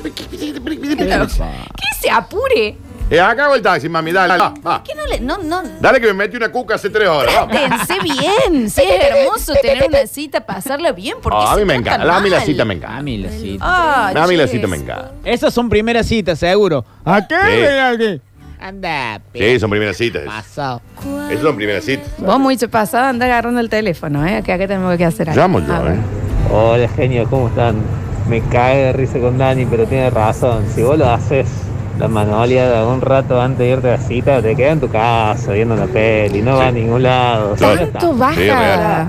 [SPEAKER 2] se apure.
[SPEAKER 1] Eh, acá hago el taxi, mami. Dale, va, va.
[SPEAKER 2] Que no le... No, no,
[SPEAKER 1] Dale que me metí una cuca hace tres horas. vamos. [LAUGHS]
[SPEAKER 2] Pensé bien, sí, es hermoso tener una cita, pasarla bien, porque
[SPEAKER 1] Ah, a
[SPEAKER 2] se
[SPEAKER 1] mí me
[SPEAKER 2] tratan
[SPEAKER 1] encanta. A mí la
[SPEAKER 2] mal.
[SPEAKER 1] cita me encanta.
[SPEAKER 3] Camila, sí.
[SPEAKER 2] Ah,
[SPEAKER 1] A mí la
[SPEAKER 2] yes.
[SPEAKER 1] cita me encanta.
[SPEAKER 3] Esas son primeras citas, seguro. ¿A qué?
[SPEAKER 1] Sí.
[SPEAKER 3] ¿A qué? Anda,
[SPEAKER 1] Sí, son primeras citas.
[SPEAKER 3] pasado.
[SPEAKER 1] Esas son primeras citas.
[SPEAKER 2] Vos muy pasada andar agarrando el teléfono, ¿eh? Que acá tenemos que hacer algo.
[SPEAKER 1] Llamo
[SPEAKER 2] A
[SPEAKER 1] yo,
[SPEAKER 2] ver.
[SPEAKER 1] ¿eh?
[SPEAKER 8] Hola, genio, ¿cómo están? Me cae de risa con Dani, pero tiene razón. Si vos lo haces la manoleada un rato antes de irte a la cita, te quedas en tu casa viendo la peli, no vas a ningún lado.
[SPEAKER 1] Claro.
[SPEAKER 2] Tanto
[SPEAKER 1] Sí,
[SPEAKER 2] baja
[SPEAKER 1] real.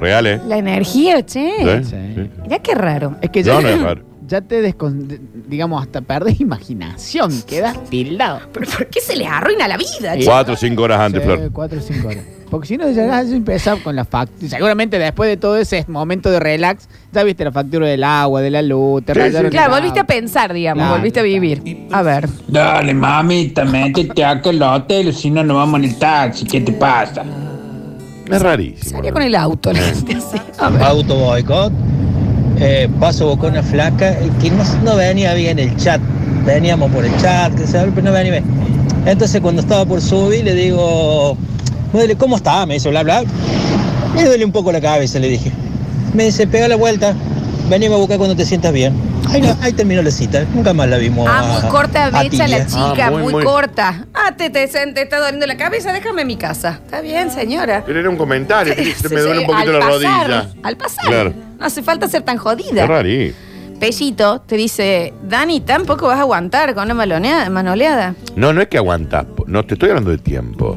[SPEAKER 1] Real, ¿eh?
[SPEAKER 2] la energía, che.
[SPEAKER 1] Sí, sí.
[SPEAKER 2] Ya qué raro.
[SPEAKER 3] Es que ya,
[SPEAKER 1] No, no
[SPEAKER 3] [CLEARS THROAT]
[SPEAKER 1] es raro.
[SPEAKER 3] ya te descon... de- digamos, hasta perdés imaginación. Quedas tildado.
[SPEAKER 2] ¿Pero por qué se les arruina la vida, che?
[SPEAKER 1] Cuatro o cinco horas antes,
[SPEAKER 3] Sí,
[SPEAKER 1] Ah, Flor.
[SPEAKER 3] Cuatro o cinco horas. Porque si no, ya has empezado con la factura. Seguramente después de todo ese momento de relax, ya viste la factura del agua, de la luz, te
[SPEAKER 1] Sí, sí.
[SPEAKER 3] rayaron
[SPEAKER 2] Claro,
[SPEAKER 3] el
[SPEAKER 2] volviste a
[SPEAKER 3] auto.
[SPEAKER 2] pensar, digamos,
[SPEAKER 3] Claro.
[SPEAKER 2] volviste a vivir. A ver.
[SPEAKER 4] Dale, mamita, métete acá al hotel, si no, nos vamos en el taxi. ¿Qué te pasa?
[SPEAKER 1] Es rarísimo.
[SPEAKER 2] Salía con el auto la gente así. A ver.
[SPEAKER 10] Auto boicot, eh, paso con una flaca eh, que no, no venía bien el chat. Veníamos por el chat, que sabe, pero no venía bien. Entonces cuando estaba por subir le digo, "Modelo, ¿cómo está? Me dice bla bla. Me duele un poco la cabeza, le dije. Me dice, pega la vuelta, venime a buscar cuando te sientas bien. Ahí, no- ahí terminó la cita, nunca más la vimos.
[SPEAKER 2] Ah, muy corta
[SPEAKER 10] a ¿eh?
[SPEAKER 2] becha
[SPEAKER 10] Tilia.
[SPEAKER 2] la chica,
[SPEAKER 1] Ah,
[SPEAKER 2] muy,
[SPEAKER 1] muy, muy.
[SPEAKER 2] corta. Ah, te, te, te está doliendo la cabeza, déjame en mi casa. Está bien, señora.
[SPEAKER 1] Pero era un comentario. que se me
[SPEAKER 2] Sí,
[SPEAKER 1] duele
[SPEAKER 2] sí,
[SPEAKER 1] un poquito la
[SPEAKER 2] al pasar,
[SPEAKER 1] rodilla.
[SPEAKER 2] Al pasar.
[SPEAKER 1] Claro.
[SPEAKER 2] No hace falta ser tan jodida.
[SPEAKER 1] Es rarísimo.
[SPEAKER 2] Pellito te dice, Dani, tampoco vas a aguantar con una malonea- manoleada.
[SPEAKER 1] No, no es que aguantás. po- No te estoy hablando de tiempo.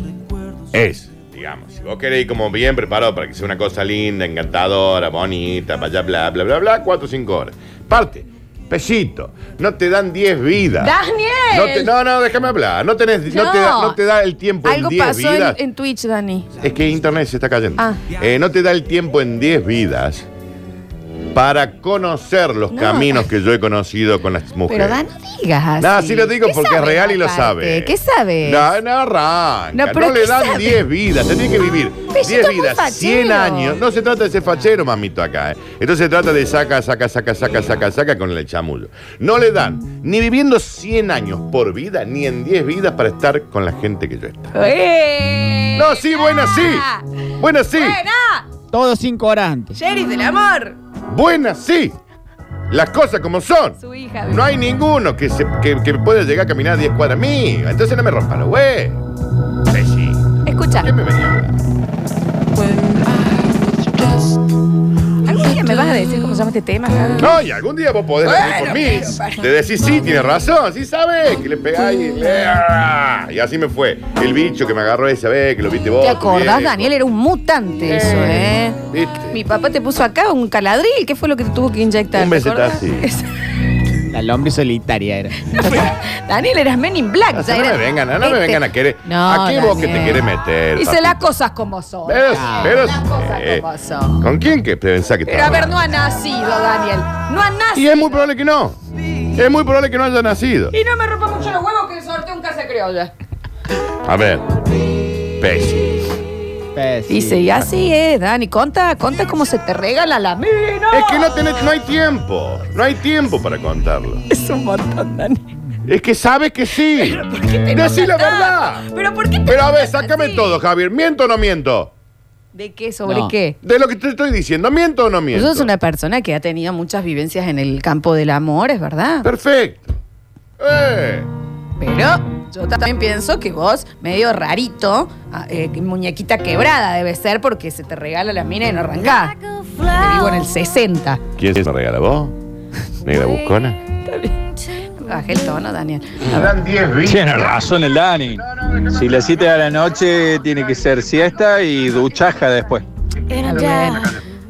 [SPEAKER 1] Es, digamos, si vos querés ir como bien preparado para que sea una cosa linda, encantadora, bonita, vaya, bla, bla, bla, bla, cuatro o cinco horas. Parte, pesito. No te dan diez vidas.
[SPEAKER 2] ¡Daniel!
[SPEAKER 1] No, te- no, no, déjame hablar. No, tenés, no. te da, no te da el tiempo en
[SPEAKER 2] Algo
[SPEAKER 1] 10
[SPEAKER 2] pasó en,
[SPEAKER 1] vidas.
[SPEAKER 2] en Twitch, Dani.
[SPEAKER 1] Es que internet se está cayendo.
[SPEAKER 2] Ah.
[SPEAKER 1] Eh, no te da el tiempo en 10 vidas para conocer los
[SPEAKER 2] No.
[SPEAKER 1] caminos que yo he conocido con las mujeres.
[SPEAKER 2] Pero Dan, no digas así.
[SPEAKER 1] No, sí lo digo
[SPEAKER 2] ¿Qué
[SPEAKER 1] porque es
[SPEAKER 2] sabes,
[SPEAKER 1] real y lo
[SPEAKER 2] aparte?
[SPEAKER 1] sabe.
[SPEAKER 2] ¿Qué sabes?
[SPEAKER 1] No, no arranca.
[SPEAKER 2] No,
[SPEAKER 1] No,
[SPEAKER 2] pero
[SPEAKER 1] le
[SPEAKER 2] ¿qué
[SPEAKER 1] dan
[SPEAKER 2] sabe?
[SPEAKER 1] 10 vidas. Tenía que vivir
[SPEAKER 2] Pero si
[SPEAKER 1] 10
[SPEAKER 2] tú eres
[SPEAKER 1] vidas,
[SPEAKER 2] un fachero.
[SPEAKER 1] 100 años. No se trata de ser fachero, mamito, acá. ¿eh? Entonces se trata de saca, saca, saca, saca, saca, saca con el chamullo. No le dan ni viviendo 100 años por vida, ni en 10 vidas para estar con la gente que yo está.
[SPEAKER 2] ¡Eh!
[SPEAKER 1] No, sí, buena, sí. Buena, sí.
[SPEAKER 2] ¡Buena!
[SPEAKER 3] Todo cinco horas antes.
[SPEAKER 2] ¡Sheriff del amor!
[SPEAKER 1] Buena, sí. Las cosas como son.
[SPEAKER 2] Su hija.
[SPEAKER 1] No hay ninguno que, se, que, que pueda llegar a caminar 10 cuadras mío. Entonces no me rompa la wey. Sí.
[SPEAKER 2] Escucha,
[SPEAKER 1] ¿Qué me venía a hablar?
[SPEAKER 2] ¿algún día me vas a decir cómo se llama este tema, Javi?
[SPEAKER 1] No, y algún día vos podés venir
[SPEAKER 2] Bueno,
[SPEAKER 1] por
[SPEAKER 2] pero para-
[SPEAKER 1] mí. Te decís, sí, tiene razón, sí sabe. Que le pegáis y le- ¡Ah! Y así me fue. El bicho que me agarró esa vez, que lo viste vos.
[SPEAKER 2] ¿Te acordás,
[SPEAKER 1] bien.
[SPEAKER 2] Daniel? Era un mutante eso, ¿eh?
[SPEAKER 1] ¿Viste?
[SPEAKER 2] Mi papá te puso acá un caladril. ¿Qué fue lo que te tuvo que inyectar?
[SPEAKER 1] Un
[SPEAKER 2] ¿Te acordás?
[SPEAKER 1] besetazo, sí.
[SPEAKER 3] La lombre solitaria era.
[SPEAKER 2] Daniel, eras Men in Black.
[SPEAKER 1] O
[SPEAKER 2] ya
[SPEAKER 1] sea, Ah, no
[SPEAKER 2] era-
[SPEAKER 1] me vengan, no me
[SPEAKER 2] Este-
[SPEAKER 1] vengan a querer.
[SPEAKER 2] No,
[SPEAKER 1] ¿A qué vos que te
[SPEAKER 2] Daniel.
[SPEAKER 1] quieres meter?
[SPEAKER 2] Hice
[SPEAKER 1] papito?
[SPEAKER 2] las cosas como son.
[SPEAKER 1] ¿Ves? ¿Ves?
[SPEAKER 2] Ah. Las cosas
[SPEAKER 1] Eh,
[SPEAKER 2] como son.
[SPEAKER 1] ¿Con quién que pensás que
[SPEAKER 2] Pero a
[SPEAKER 1] estás
[SPEAKER 2] ver,
[SPEAKER 1] hablando?
[SPEAKER 2] no ha nacido, Daniel. No ha
[SPEAKER 1] Y
[SPEAKER 2] nacido.
[SPEAKER 1] es muy probable que no. Es muy probable que no haya nacido.
[SPEAKER 2] Y no me rompa mucho los huevos que sorteo un casa criolla.
[SPEAKER 1] A ver. Pesci.
[SPEAKER 3] Pues
[SPEAKER 2] Dice, y así es, Dani. Conta, conta cómo se te regala la mina.
[SPEAKER 1] Es que no, tenés, no hay tiempo. No hay tiempo para contarlo.
[SPEAKER 2] [LAUGHS] Es un montón, Dani.
[SPEAKER 1] Es que sabes que sí. Decí la verdad.
[SPEAKER 2] Pero ¿por qué te
[SPEAKER 1] Pero a ver,
[SPEAKER 2] enojas
[SPEAKER 1] sácame
[SPEAKER 2] así?
[SPEAKER 1] todo, Javier. ¿Miento o no miento?
[SPEAKER 2] ¿De qué? ¿Sobre
[SPEAKER 3] No.
[SPEAKER 2] qué?
[SPEAKER 1] De lo que te estoy diciendo, ¿miento o no
[SPEAKER 2] Yo
[SPEAKER 1] miento?
[SPEAKER 2] sos una persona que ha tenido muchas vivencias en el campo del amor, es verdad.
[SPEAKER 1] Perfecto. Eh.
[SPEAKER 2] Pero yo también pienso que vos, medio rarito, ah, eh, que muñequita quebrada debe ser porque se te regala la mina y no arrancás. Te digo en el 60.
[SPEAKER 1] ¿Quién se me regala vos? ¿Negra buscona?
[SPEAKER 2] Bajé el tono, Daniel.
[SPEAKER 1] Dan 10
[SPEAKER 6] Tiene razón el Dani. Si las 7 de la noche tiene que ser siesta y duchaja después.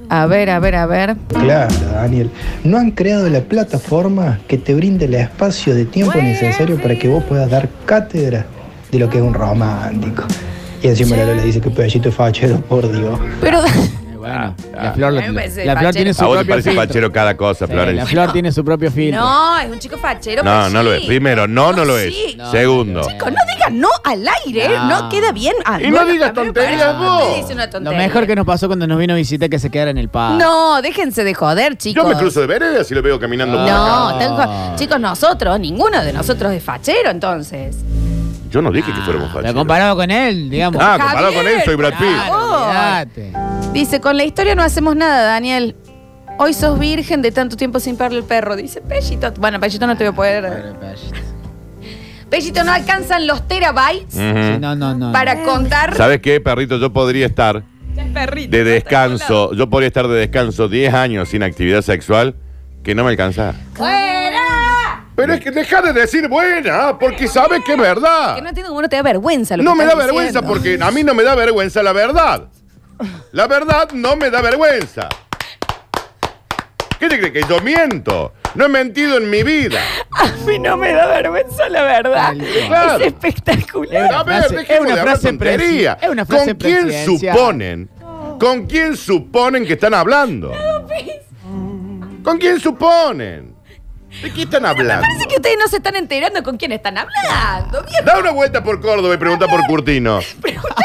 [SPEAKER 2] A ver, a ver, a ver.
[SPEAKER 11] Claro, Daniel. No han creado la plataforma que te brinde el espacio de tiempo necesario para que vos puedas dar cátedra de lo que es un romántico. Y encima la Lola dice que pedacito es fachero, por Dios.
[SPEAKER 2] Pero,
[SPEAKER 3] Bueno, la flor,
[SPEAKER 2] A mí me parece
[SPEAKER 3] la flor
[SPEAKER 2] fachero.
[SPEAKER 3] tiene su
[SPEAKER 1] Ah, A vos te
[SPEAKER 3] propio
[SPEAKER 1] parece
[SPEAKER 3] filtro.
[SPEAKER 1] pachero cada cosa,
[SPEAKER 3] Sí,
[SPEAKER 1] Florencia.
[SPEAKER 3] la flor tiene su propio filtro.
[SPEAKER 2] no, es un chico fachero.
[SPEAKER 1] No,
[SPEAKER 2] pero
[SPEAKER 1] no
[SPEAKER 2] sí. Pues
[SPEAKER 1] lo es. Primero, no, no lo es.
[SPEAKER 2] sí.
[SPEAKER 3] No,
[SPEAKER 1] Segundo.
[SPEAKER 2] Chico, no digas no al aire, eh. no,
[SPEAKER 3] No.
[SPEAKER 2] queda bien. Ah,
[SPEAKER 1] Y no digas
[SPEAKER 2] a mí me
[SPEAKER 1] tonterías
[SPEAKER 2] parece-
[SPEAKER 1] vos.
[SPEAKER 2] Usted dice una
[SPEAKER 3] Lo
[SPEAKER 2] tontería.
[SPEAKER 3] mejor que nos pasó cuando nos vino visita que se quedara en el pub.
[SPEAKER 2] No, déjense de joder, chicos.
[SPEAKER 1] Yo me cruzo Ah. de vereda si lo veo caminando por acá.
[SPEAKER 2] No, tal cual. chicos, nosotros, ninguno de nosotros es fachero, entonces.
[SPEAKER 1] Yo no dije que fuéramos
[SPEAKER 3] Pero
[SPEAKER 1] facheros.
[SPEAKER 3] comparado con él, digamos.
[SPEAKER 1] Ah, comparado con
[SPEAKER 2] Ah, Javier,
[SPEAKER 1] él, soy Brad Pitt.
[SPEAKER 2] por favor.
[SPEAKER 3] olvídate.
[SPEAKER 2] Dice, con la historia no hacemos nada, Daniel. Hoy sos virgen de tanto tiempo sin parle el perro. Dice, Pellito. Bueno, Pellito no te voy a poder. Pellito, no alcanzan los terabytes
[SPEAKER 1] Ujú.
[SPEAKER 3] Sí, No, no, no.
[SPEAKER 2] para contar.
[SPEAKER 1] ¿Sabes qué, perrito? Yo podría estar
[SPEAKER 2] Perrito,
[SPEAKER 1] de
[SPEAKER 2] no está calculado.
[SPEAKER 1] descanso. Yo podría estar de descanso 10 años sin actividad sexual que no me alcanza.
[SPEAKER 2] ¡Fuera!
[SPEAKER 1] Pero es que deja de decir buena, porque sabes que es verdad.
[SPEAKER 2] Que no entiendo cómo no te da vergüenza. Lo
[SPEAKER 1] No
[SPEAKER 2] que
[SPEAKER 1] me da
[SPEAKER 2] estás
[SPEAKER 1] vergüenza
[SPEAKER 2] diciendo.
[SPEAKER 1] porque a mí no me da vergüenza la verdad. La verdad no me da vergüenza. ¿Qué te crees? Que yo miento. No he mentido en mi vida.
[SPEAKER 2] [LAUGHS] A mí no me da vergüenza, la verdad.
[SPEAKER 1] Claro. [LAUGHS]
[SPEAKER 2] Es espectacular.
[SPEAKER 1] A ver,
[SPEAKER 3] frase-
[SPEAKER 1] dejemos
[SPEAKER 3] es una
[SPEAKER 1] de hablar
[SPEAKER 3] frase
[SPEAKER 1] tontería.
[SPEAKER 3] presi- es una
[SPEAKER 1] ¿Con
[SPEAKER 3] frase
[SPEAKER 1] quién
[SPEAKER 3] presidencial.
[SPEAKER 1] suponen? ¿Con quién suponen que están hablando? ¿Con quién suponen? ¿De qué están hablando?
[SPEAKER 2] Parece que ustedes no se están enterando con quién están hablando. Bien,
[SPEAKER 1] Da una vuelta por Córdoba y pregunta por Curtino.
[SPEAKER 2] pregúntale.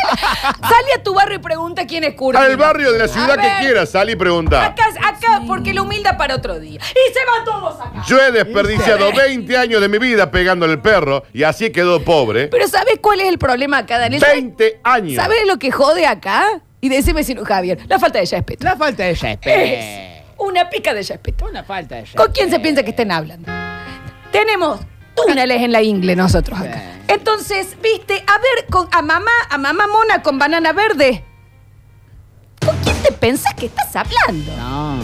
[SPEAKER 2] Sale a tu barrio y pregunta quién es Curtino.
[SPEAKER 1] Al barrio de la ciudad que
[SPEAKER 2] ver.
[SPEAKER 1] quieras, sal y pregunta.
[SPEAKER 2] Acá, acá, porque la humildad para otro día. Y se van todos acá.
[SPEAKER 1] Yo he desperdiciado
[SPEAKER 2] ¿eh?
[SPEAKER 1] 20 años de mi vida pegándole el perro y así quedó pobre.
[SPEAKER 2] Pero ¿sabes cuál es el problema acá, Daniel? ¿Sabes-
[SPEAKER 1] 20 años.
[SPEAKER 2] ¿Sabes lo que jode acá? Y decime si no, Javier, la falta de respeto.
[SPEAKER 3] La falta de
[SPEAKER 2] Es
[SPEAKER 3] respeto.
[SPEAKER 2] una pica de respeto.
[SPEAKER 3] Una falta de respeto.
[SPEAKER 2] ¿Con quién se piensa que estén hablando? Tenemos túneles en la ingle nosotros acá. Entonces, viste, a ver, con, a mamá, a mamá mona con banana verde. ¿Con quién te pensás que estás hablando?
[SPEAKER 3] No.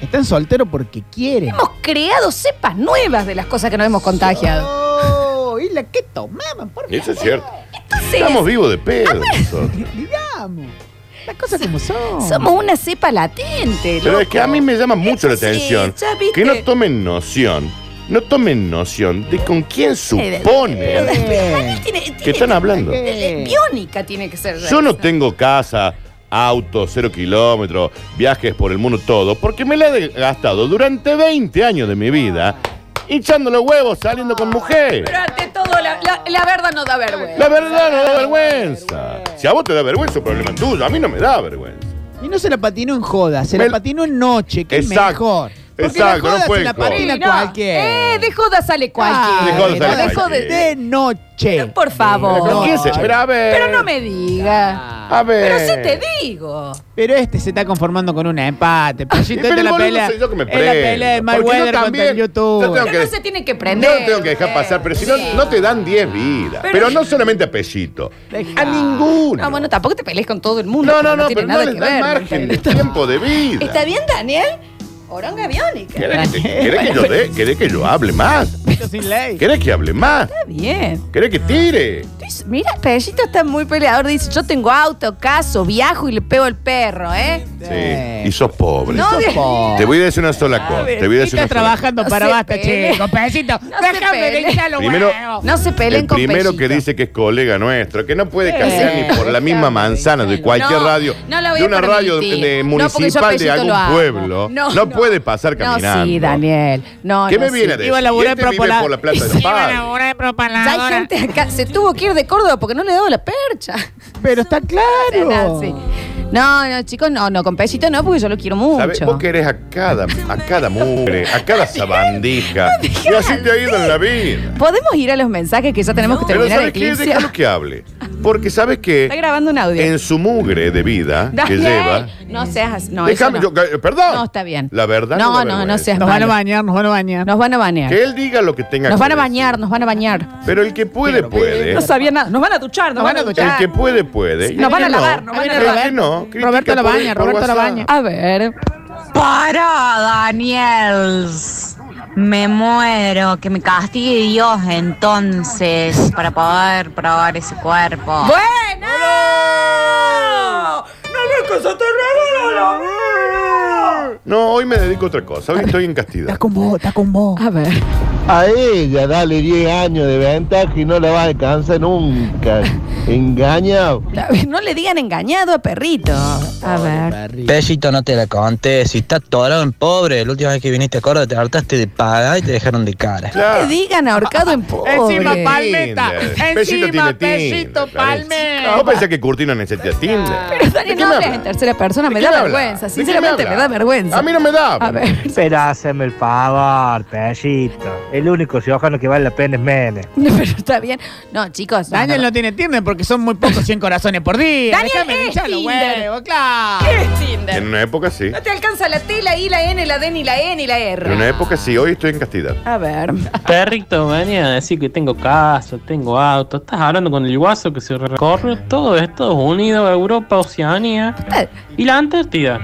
[SPEAKER 3] Están solteros porque quieren.
[SPEAKER 2] Hemos creado cepas nuevas de las cosas que nos hemos contagiado.
[SPEAKER 3] Oh, y la que tomaban, por favor.
[SPEAKER 1] Eso es cierto.
[SPEAKER 2] Entonces,
[SPEAKER 1] Estamos vivos de
[SPEAKER 2] Ah,
[SPEAKER 1] pedo nosotros.
[SPEAKER 3] Digamos. Las cosas como son.
[SPEAKER 2] somos una cepa latente.
[SPEAKER 1] Pero es que a mí me llama mucho la
[SPEAKER 2] Eso sí,
[SPEAKER 1] atención
[SPEAKER 2] ya viste.
[SPEAKER 1] que no tomen noción, no tomen noción de con quién suponen
[SPEAKER 3] Eh,
[SPEAKER 2] Tiene,
[SPEAKER 1] que están hablando.
[SPEAKER 2] tiene- biónica tiene que ser.
[SPEAKER 1] Yo no tengo casa autos, cero kilómetros, viajes por el mundo, todo, porque me la he gastado durante 20 años de mi vida hinchando los huevos, saliendo con mujeres.
[SPEAKER 2] Ah. Pero ante todo, la, la- la verdad no da vergüenza.
[SPEAKER 1] La verdad no da vergüenza. Si a vos te da vergüenza, es problema tuyo. A mí no me da vergüenza.
[SPEAKER 3] Y no se la patino en joda, se
[SPEAKER 1] Me-
[SPEAKER 3] la patino en noche, que
[SPEAKER 1] Exacto.
[SPEAKER 3] es mejor. Porque
[SPEAKER 1] Exacto,
[SPEAKER 3] la
[SPEAKER 1] no
[SPEAKER 3] joda
[SPEAKER 1] fue
[SPEAKER 3] se la
[SPEAKER 1] en joda.
[SPEAKER 3] patina
[SPEAKER 2] Sí, no.
[SPEAKER 3] cualquiera.
[SPEAKER 2] Eh, de joda sale cualquiera.
[SPEAKER 1] De joda sale
[SPEAKER 2] No, de joda-
[SPEAKER 1] cualquiera.
[SPEAKER 3] De noche.
[SPEAKER 2] Por favor.
[SPEAKER 1] Pero ¿con quién se- pero a ver.
[SPEAKER 2] Pero no me diga.
[SPEAKER 1] A ver.
[SPEAKER 2] Pero sí te digo.
[SPEAKER 3] Pero este se está conformando con un empate.
[SPEAKER 1] [LAUGHS]
[SPEAKER 3] pues, Pachito,
[SPEAKER 1] Pero
[SPEAKER 3] esta es
[SPEAKER 1] el
[SPEAKER 3] la
[SPEAKER 1] boludo
[SPEAKER 3] pelea.
[SPEAKER 1] soy yo que me
[SPEAKER 3] es la
[SPEAKER 1] prendo.
[SPEAKER 3] pelea de
[SPEAKER 1] Porque yo
[SPEAKER 3] Mayweather contra
[SPEAKER 1] también-
[SPEAKER 3] el YouTube.
[SPEAKER 1] yo tengo
[SPEAKER 2] Pero
[SPEAKER 1] que-
[SPEAKER 2] no se tiene que
[SPEAKER 1] No
[SPEAKER 2] prender.
[SPEAKER 1] tengo que dejar pasar, pero si no, no te dan 10 vidas. Pero,
[SPEAKER 2] Pero-
[SPEAKER 1] no solamente a Pellito.
[SPEAKER 2] Deja.
[SPEAKER 1] A ninguno.
[SPEAKER 2] No, bueno, tampoco te pelees con todo el mundo.
[SPEAKER 1] No, no, no, pero
[SPEAKER 2] porque tiene
[SPEAKER 1] no
[SPEAKER 2] nada
[SPEAKER 1] les
[SPEAKER 2] que
[SPEAKER 1] da
[SPEAKER 2] ver,
[SPEAKER 1] margen de
[SPEAKER 2] ¿entendés?
[SPEAKER 1] tiempo de vida.
[SPEAKER 2] ¿Está bien, Daniel? Oronga biónica.
[SPEAKER 1] ¿Querés que, te- querés que yo dé- querés que yo hable más? [LAUGHS]
[SPEAKER 3] Esto sin ley.
[SPEAKER 1] ¿Querés que hable más?
[SPEAKER 2] Está bien.
[SPEAKER 1] ¿Querés que tire?
[SPEAKER 2] Entonces, Mira, Pellito está muy peleador. Dice, yo tengo auto, caso, viajo y le pego al perro, ¿eh?
[SPEAKER 1] Sí. Y sos pobre.
[SPEAKER 2] No, de-
[SPEAKER 1] Te voy a decir una sola cosa. Te voy a
[SPEAKER 3] ¿Qué
[SPEAKER 1] decir una sola cosa.
[SPEAKER 3] estás trabajando
[SPEAKER 2] No
[SPEAKER 3] para
[SPEAKER 2] se
[SPEAKER 3] basta,
[SPEAKER 2] peleen.
[SPEAKER 3] chico? Pellito,
[SPEAKER 2] No se
[SPEAKER 3] déjame de
[SPEAKER 2] peleen.
[SPEAKER 3] hinchar los
[SPEAKER 1] Primero-
[SPEAKER 3] huevos.
[SPEAKER 2] No se peleen
[SPEAKER 1] El
[SPEAKER 2] con
[SPEAKER 1] primero
[SPEAKER 2] Pellito.
[SPEAKER 1] que dice que es colega nuestro, que no puede
[SPEAKER 2] Sí.
[SPEAKER 1] cambiar ni por la misma manzana de cualquier
[SPEAKER 2] No,
[SPEAKER 1] radio,
[SPEAKER 2] no la voy
[SPEAKER 1] de
[SPEAKER 2] a
[SPEAKER 1] una radio de,
[SPEAKER 2] permitir.
[SPEAKER 1] de
[SPEAKER 2] No, porque yo a
[SPEAKER 1] municipal de
[SPEAKER 2] Pellito
[SPEAKER 1] algún
[SPEAKER 2] lo amo.
[SPEAKER 1] pueblo, no,
[SPEAKER 2] No, no.
[SPEAKER 1] puede pasar caminando.
[SPEAKER 2] No, sí, Daniel. No,
[SPEAKER 1] ¿Qué
[SPEAKER 2] no,
[SPEAKER 1] me
[SPEAKER 2] sí.
[SPEAKER 1] viene a decir?
[SPEAKER 3] Iba a laburar
[SPEAKER 1] Este vive
[SPEAKER 3] propala-
[SPEAKER 1] por la plata de
[SPEAKER 3] Sí,
[SPEAKER 1] los
[SPEAKER 3] iba a
[SPEAKER 1] padres.
[SPEAKER 3] laburar de
[SPEAKER 2] Ya
[SPEAKER 3] propaladora.
[SPEAKER 2] hay gente acá, se tuvo que ir de Córdoba porque no le daba la
[SPEAKER 1] [LAUGHS]
[SPEAKER 2] percha.
[SPEAKER 3] Pero está claro.
[SPEAKER 2] Sí. No, no, chicos, no, no, con Pellito no, porque yo lo quiero
[SPEAKER 1] ¿Sabes?
[SPEAKER 2] mucho.
[SPEAKER 1] Vos querés a cada, a cada mugre, a
[SPEAKER 2] [LAUGHS]
[SPEAKER 1] cada sabandija. Y así te ha ido en la vida.
[SPEAKER 2] Podemos ir a los mensajes que ya tenemos que
[SPEAKER 1] Pero
[SPEAKER 2] terminar
[SPEAKER 1] ¿sabes qué?
[SPEAKER 2] Eclipse.
[SPEAKER 1] Déjalo
[SPEAKER 2] Está
[SPEAKER 1] que hable. Porque ¿sabes qué?
[SPEAKER 2] grabando un audio.
[SPEAKER 1] En su mugre de vida que
[SPEAKER 2] Daniel,
[SPEAKER 1] lleva...
[SPEAKER 2] No seas así. No,
[SPEAKER 1] déjame,
[SPEAKER 2] eso no.
[SPEAKER 1] yo- eh, perdón.
[SPEAKER 2] No, está bien.
[SPEAKER 1] La verdad
[SPEAKER 2] No,
[SPEAKER 1] me da
[SPEAKER 2] no, no
[SPEAKER 1] vergüenza.
[SPEAKER 2] seas-
[SPEAKER 3] Nos van a
[SPEAKER 2] Vale.
[SPEAKER 3] bañar, nos van a bañar.
[SPEAKER 2] Nos van a banear.
[SPEAKER 1] Que él diga lo que tenga
[SPEAKER 2] Nos
[SPEAKER 1] que
[SPEAKER 2] van a
[SPEAKER 1] decir.
[SPEAKER 2] bañar, nos van a bañar.
[SPEAKER 1] Pero el que puede, puede.
[SPEAKER 2] No sabía nada. Nos van a duchar, nos van a
[SPEAKER 1] El
[SPEAKER 2] duchar.
[SPEAKER 1] que puede, puede.
[SPEAKER 2] Nos van a
[SPEAKER 1] El que no,
[SPEAKER 2] lavar, nos van a
[SPEAKER 1] el
[SPEAKER 2] lavar.
[SPEAKER 1] que no, critica
[SPEAKER 3] Roberto
[SPEAKER 1] por-
[SPEAKER 3] Labaña,
[SPEAKER 1] por
[SPEAKER 3] Roberto
[SPEAKER 1] WhatsApp.
[SPEAKER 3] Labaña.
[SPEAKER 2] A ver.
[SPEAKER 12] Para, Daniels. Me muero, que me castigue Dios entonces para poder probar ese cuerpo.
[SPEAKER 2] ¡Bueno! ¡No se te
[SPEAKER 1] No, hoy me dedico a otra cosa. Hoy estoy en castidad.
[SPEAKER 3] Está con vos, está con vos.
[SPEAKER 2] A ver.
[SPEAKER 13] A ella dale 10 años de ventaja y no la va a
[SPEAKER 11] [LAUGHS]
[SPEAKER 13] alcanzar nunca. Engañado.
[SPEAKER 2] No le digan engañado a perrito. A ver.
[SPEAKER 10] Pellito, no te la conté. Si estás atorado en pobre, la última vez que viniste a Córdoba te hartaste de pagar y te dejaron de cara.
[SPEAKER 2] No
[SPEAKER 1] Claro.
[SPEAKER 2] le digan ahorcado en pobre.
[SPEAKER 3] Encima
[SPEAKER 1] Tinder.
[SPEAKER 3] palmeta.
[SPEAKER 1] Pesito
[SPEAKER 3] Encima
[SPEAKER 1] tiene Tinder,
[SPEAKER 3] pesito
[SPEAKER 1] Clarice.
[SPEAKER 3] palmeta.
[SPEAKER 1] ¿Vos pensás que Curtino necesita Tinder?
[SPEAKER 2] Pero Dani, no hables en tercera persona, me da vergüenza. Sinceramente, me da vergüenza.
[SPEAKER 1] A mí no me da.
[SPEAKER 2] A ver. [LAUGHS]
[SPEAKER 8] Pero haceme el favor, Pellito. El único ciudadano que vale la pena es Mene.
[SPEAKER 2] No, pero está bien. No, chicos. no,
[SPEAKER 3] Daniel
[SPEAKER 2] no.
[SPEAKER 3] no tiene Tinder porque son muy pocos 100 corazones por día.
[SPEAKER 2] Daniel
[SPEAKER 3] Déjame
[SPEAKER 2] es
[SPEAKER 3] de hinchar los
[SPEAKER 2] Tinder.
[SPEAKER 3] huevos, claro.
[SPEAKER 2] ¿Qué es Tinder?
[SPEAKER 1] En una época sí.
[SPEAKER 2] No te alcanza la T, la I, la N, la D, ni la E, ni la
[SPEAKER 1] En
[SPEAKER 2] R.
[SPEAKER 1] una época sí. Hoy estoy en castidad.
[SPEAKER 2] A ver.
[SPEAKER 14] Perrito, venía a decir que tengo casa, tengo auto. Estás hablando con el guaso que se recorre todo Estados Unidos, Europa, Oceanía
[SPEAKER 2] Eh,
[SPEAKER 14] y la Antártida.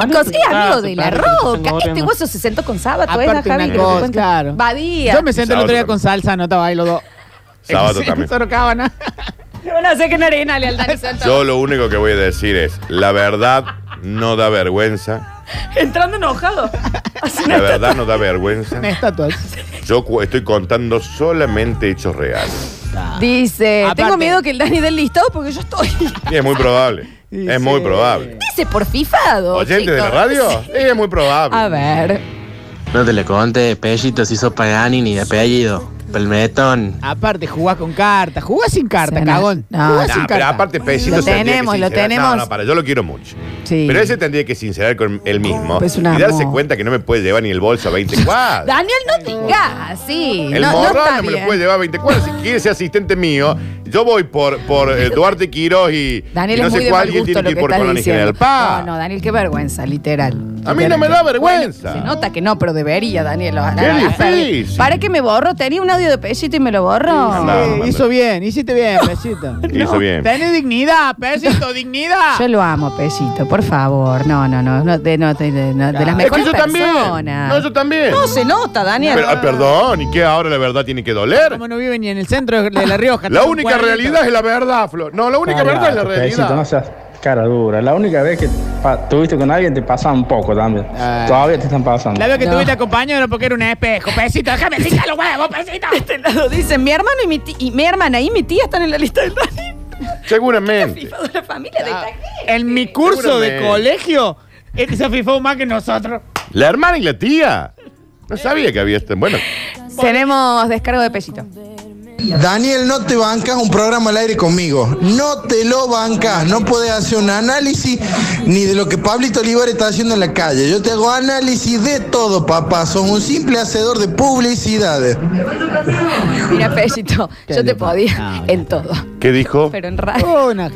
[SPEAKER 2] Chicos, es amigo de la
[SPEAKER 14] Perrito, que estás
[SPEAKER 2] roca. Este
[SPEAKER 14] gorreando.
[SPEAKER 2] hueso se sentó con sábado, ¿eh,
[SPEAKER 3] Aparte
[SPEAKER 2] Javi?
[SPEAKER 3] una
[SPEAKER 2] ¿Te das
[SPEAKER 3] cosa,
[SPEAKER 2] cuenta?
[SPEAKER 3] claro.
[SPEAKER 2] Badía.
[SPEAKER 3] Yo me senté el otro día
[SPEAKER 1] Sábado
[SPEAKER 3] con salsa, no estaba ahí los dos.
[SPEAKER 1] Sábado
[SPEAKER 3] Sí,
[SPEAKER 1] también.
[SPEAKER 3] Sorocabana.
[SPEAKER 2] Le van a hacer que no arenale al Dani Santos.
[SPEAKER 1] Yo lo único que voy a decir es, la verdad no da vergüenza.
[SPEAKER 2] Entrando enojado. Así no
[SPEAKER 1] La
[SPEAKER 2] está-
[SPEAKER 1] verdad no da vergüenza.
[SPEAKER 3] Una estatua.
[SPEAKER 1] Yo cu- estoy contando solamente hechos reales.
[SPEAKER 2] Dice,
[SPEAKER 3] Aparte-
[SPEAKER 2] tengo miedo que el Dani dé el listado porque yo estoy.
[SPEAKER 1] Y es muy
[SPEAKER 2] [LAUGHS]
[SPEAKER 1] probable.
[SPEAKER 3] Y
[SPEAKER 1] Es muy
[SPEAKER 3] sí.
[SPEAKER 1] probable.
[SPEAKER 2] Dice por fifado.
[SPEAKER 1] ¿Oyente de la
[SPEAKER 2] Oh, chicos.
[SPEAKER 1] radio?
[SPEAKER 2] [LAUGHS] Sí.
[SPEAKER 1] Sí, es muy probable.
[SPEAKER 2] A ver.
[SPEAKER 15] No te le conté, Pellito se hizo Pagani ni de apellido. Pelmetón.
[SPEAKER 3] Aparte, jugás con cartas. Jugás sin cartas,
[SPEAKER 2] Sí, no.
[SPEAKER 3] cagón.
[SPEAKER 2] No,
[SPEAKER 3] jugás
[SPEAKER 1] No,
[SPEAKER 3] sin
[SPEAKER 1] pero
[SPEAKER 3] cartas.
[SPEAKER 1] aparte Pellito se
[SPEAKER 2] Lo
[SPEAKER 1] tendría que
[SPEAKER 2] tenemos, lo
[SPEAKER 1] sincerar.
[SPEAKER 2] tenemos.
[SPEAKER 1] No, no, para, yo lo quiero mucho.
[SPEAKER 2] Sí.
[SPEAKER 1] Pero ese tendría que sincerar con él mismo
[SPEAKER 2] Pues un
[SPEAKER 1] y darse
[SPEAKER 2] amor.
[SPEAKER 1] cuenta que no me puede llevar ni el bolso a 20 cuadras.
[SPEAKER 2] Daniel, no tengas, sí.
[SPEAKER 1] El
[SPEAKER 2] no, no
[SPEAKER 1] morrón
[SPEAKER 2] está
[SPEAKER 1] no me lo
[SPEAKER 2] bien.
[SPEAKER 1] puede llevar a 20 cuadras. Si quiere ser asistente mío, yo voy por, por eh, Duarte Quiroz y,
[SPEAKER 2] Daniel
[SPEAKER 1] y no
[SPEAKER 2] es muy
[SPEAKER 1] sé
[SPEAKER 2] de
[SPEAKER 1] cuál,
[SPEAKER 2] mal
[SPEAKER 1] y él
[SPEAKER 2] gusto
[SPEAKER 1] tiene
[SPEAKER 2] lo
[SPEAKER 1] que
[SPEAKER 2] que
[SPEAKER 1] ir por
[SPEAKER 2] estás
[SPEAKER 1] Colonia
[SPEAKER 2] diciendo.
[SPEAKER 1] General Paz.
[SPEAKER 2] No, no, Daniel, qué vergüenza, literal.
[SPEAKER 1] a mí no me da vergüenza.
[SPEAKER 2] Se nota que no, pero debería, Daniel. ojalá.
[SPEAKER 1] Qué
[SPEAKER 2] Ah,
[SPEAKER 1] difícil.
[SPEAKER 2] perdí. Para que me borro, tenía un audio de Pellito y me lo borro.
[SPEAKER 1] Sí,
[SPEAKER 3] Sí,
[SPEAKER 1] No, no,
[SPEAKER 3] hizo
[SPEAKER 1] no.
[SPEAKER 3] bien, hiciste bien, Pesito.
[SPEAKER 1] [LAUGHS] Hizo bien.
[SPEAKER 3] Tenés dignidad, Pesito, dignidad.
[SPEAKER 2] Yo lo amo, Pellito, por favor. No, no, no, no, de, no, de, de- no, de las
[SPEAKER 1] Es que
[SPEAKER 2] mejores
[SPEAKER 1] yo también.
[SPEAKER 2] personas.
[SPEAKER 1] No, yo también.
[SPEAKER 2] No se nota, Daniel.
[SPEAKER 1] Pero, ah, perdón, ¿y qué ahora la verdad tiene que doler?
[SPEAKER 3] Como no vive ni en el centro de La Rioja.
[SPEAKER 1] La
[SPEAKER 3] tiene un
[SPEAKER 1] única
[SPEAKER 3] cuadrito.
[SPEAKER 1] realidad es la verdad, Flor. No, la única verdad es la
[SPEAKER 16] Pechito, no
[SPEAKER 1] realidad.
[SPEAKER 16] seas cara dura. La única vez que pa- tuviste con alguien te pasaban un poco también.
[SPEAKER 3] Ah.
[SPEAKER 16] Todavía te están pasando.
[SPEAKER 3] La vez que
[SPEAKER 2] No.
[SPEAKER 3] tuviste acompañado porque era un espejo.
[SPEAKER 1] [LAUGHS]
[SPEAKER 3] Pesito, déjame hinchar los huevos, Pesito.
[SPEAKER 2] [LAUGHS] Este lado dice, mi hermano y mi, ti- y mi hermana y mi tía están en la lista del Dani.
[SPEAKER 1] Seguramente.
[SPEAKER 2] Fifado la familia de
[SPEAKER 3] Ah. En
[SPEAKER 1] Este
[SPEAKER 3] mi curso de
[SPEAKER 1] Seguramente.
[SPEAKER 3] colegio, él se fifó más que
[SPEAKER 2] [LAUGHS]
[SPEAKER 3] nosotros.
[SPEAKER 1] La hermana y la tía. No sabía que había este. Bueno,
[SPEAKER 2] Tenemos descargo de pesito.
[SPEAKER 5] Daniel, no te bancas un programa al aire conmigo. No te lo bancas. No puedes hacer un análisis ni de lo que Pablito Olivar está haciendo en la calle. Yo te hago análisis de todo, papá. Sos un simple hacedor de publicidades.
[SPEAKER 2] Mira,
[SPEAKER 3] [LAUGHS]
[SPEAKER 2] pesito, yo te
[SPEAKER 3] Ah,
[SPEAKER 2] podía en todo.
[SPEAKER 1] ¿qué dijo?
[SPEAKER 2] Pero en radio.
[SPEAKER 3] Una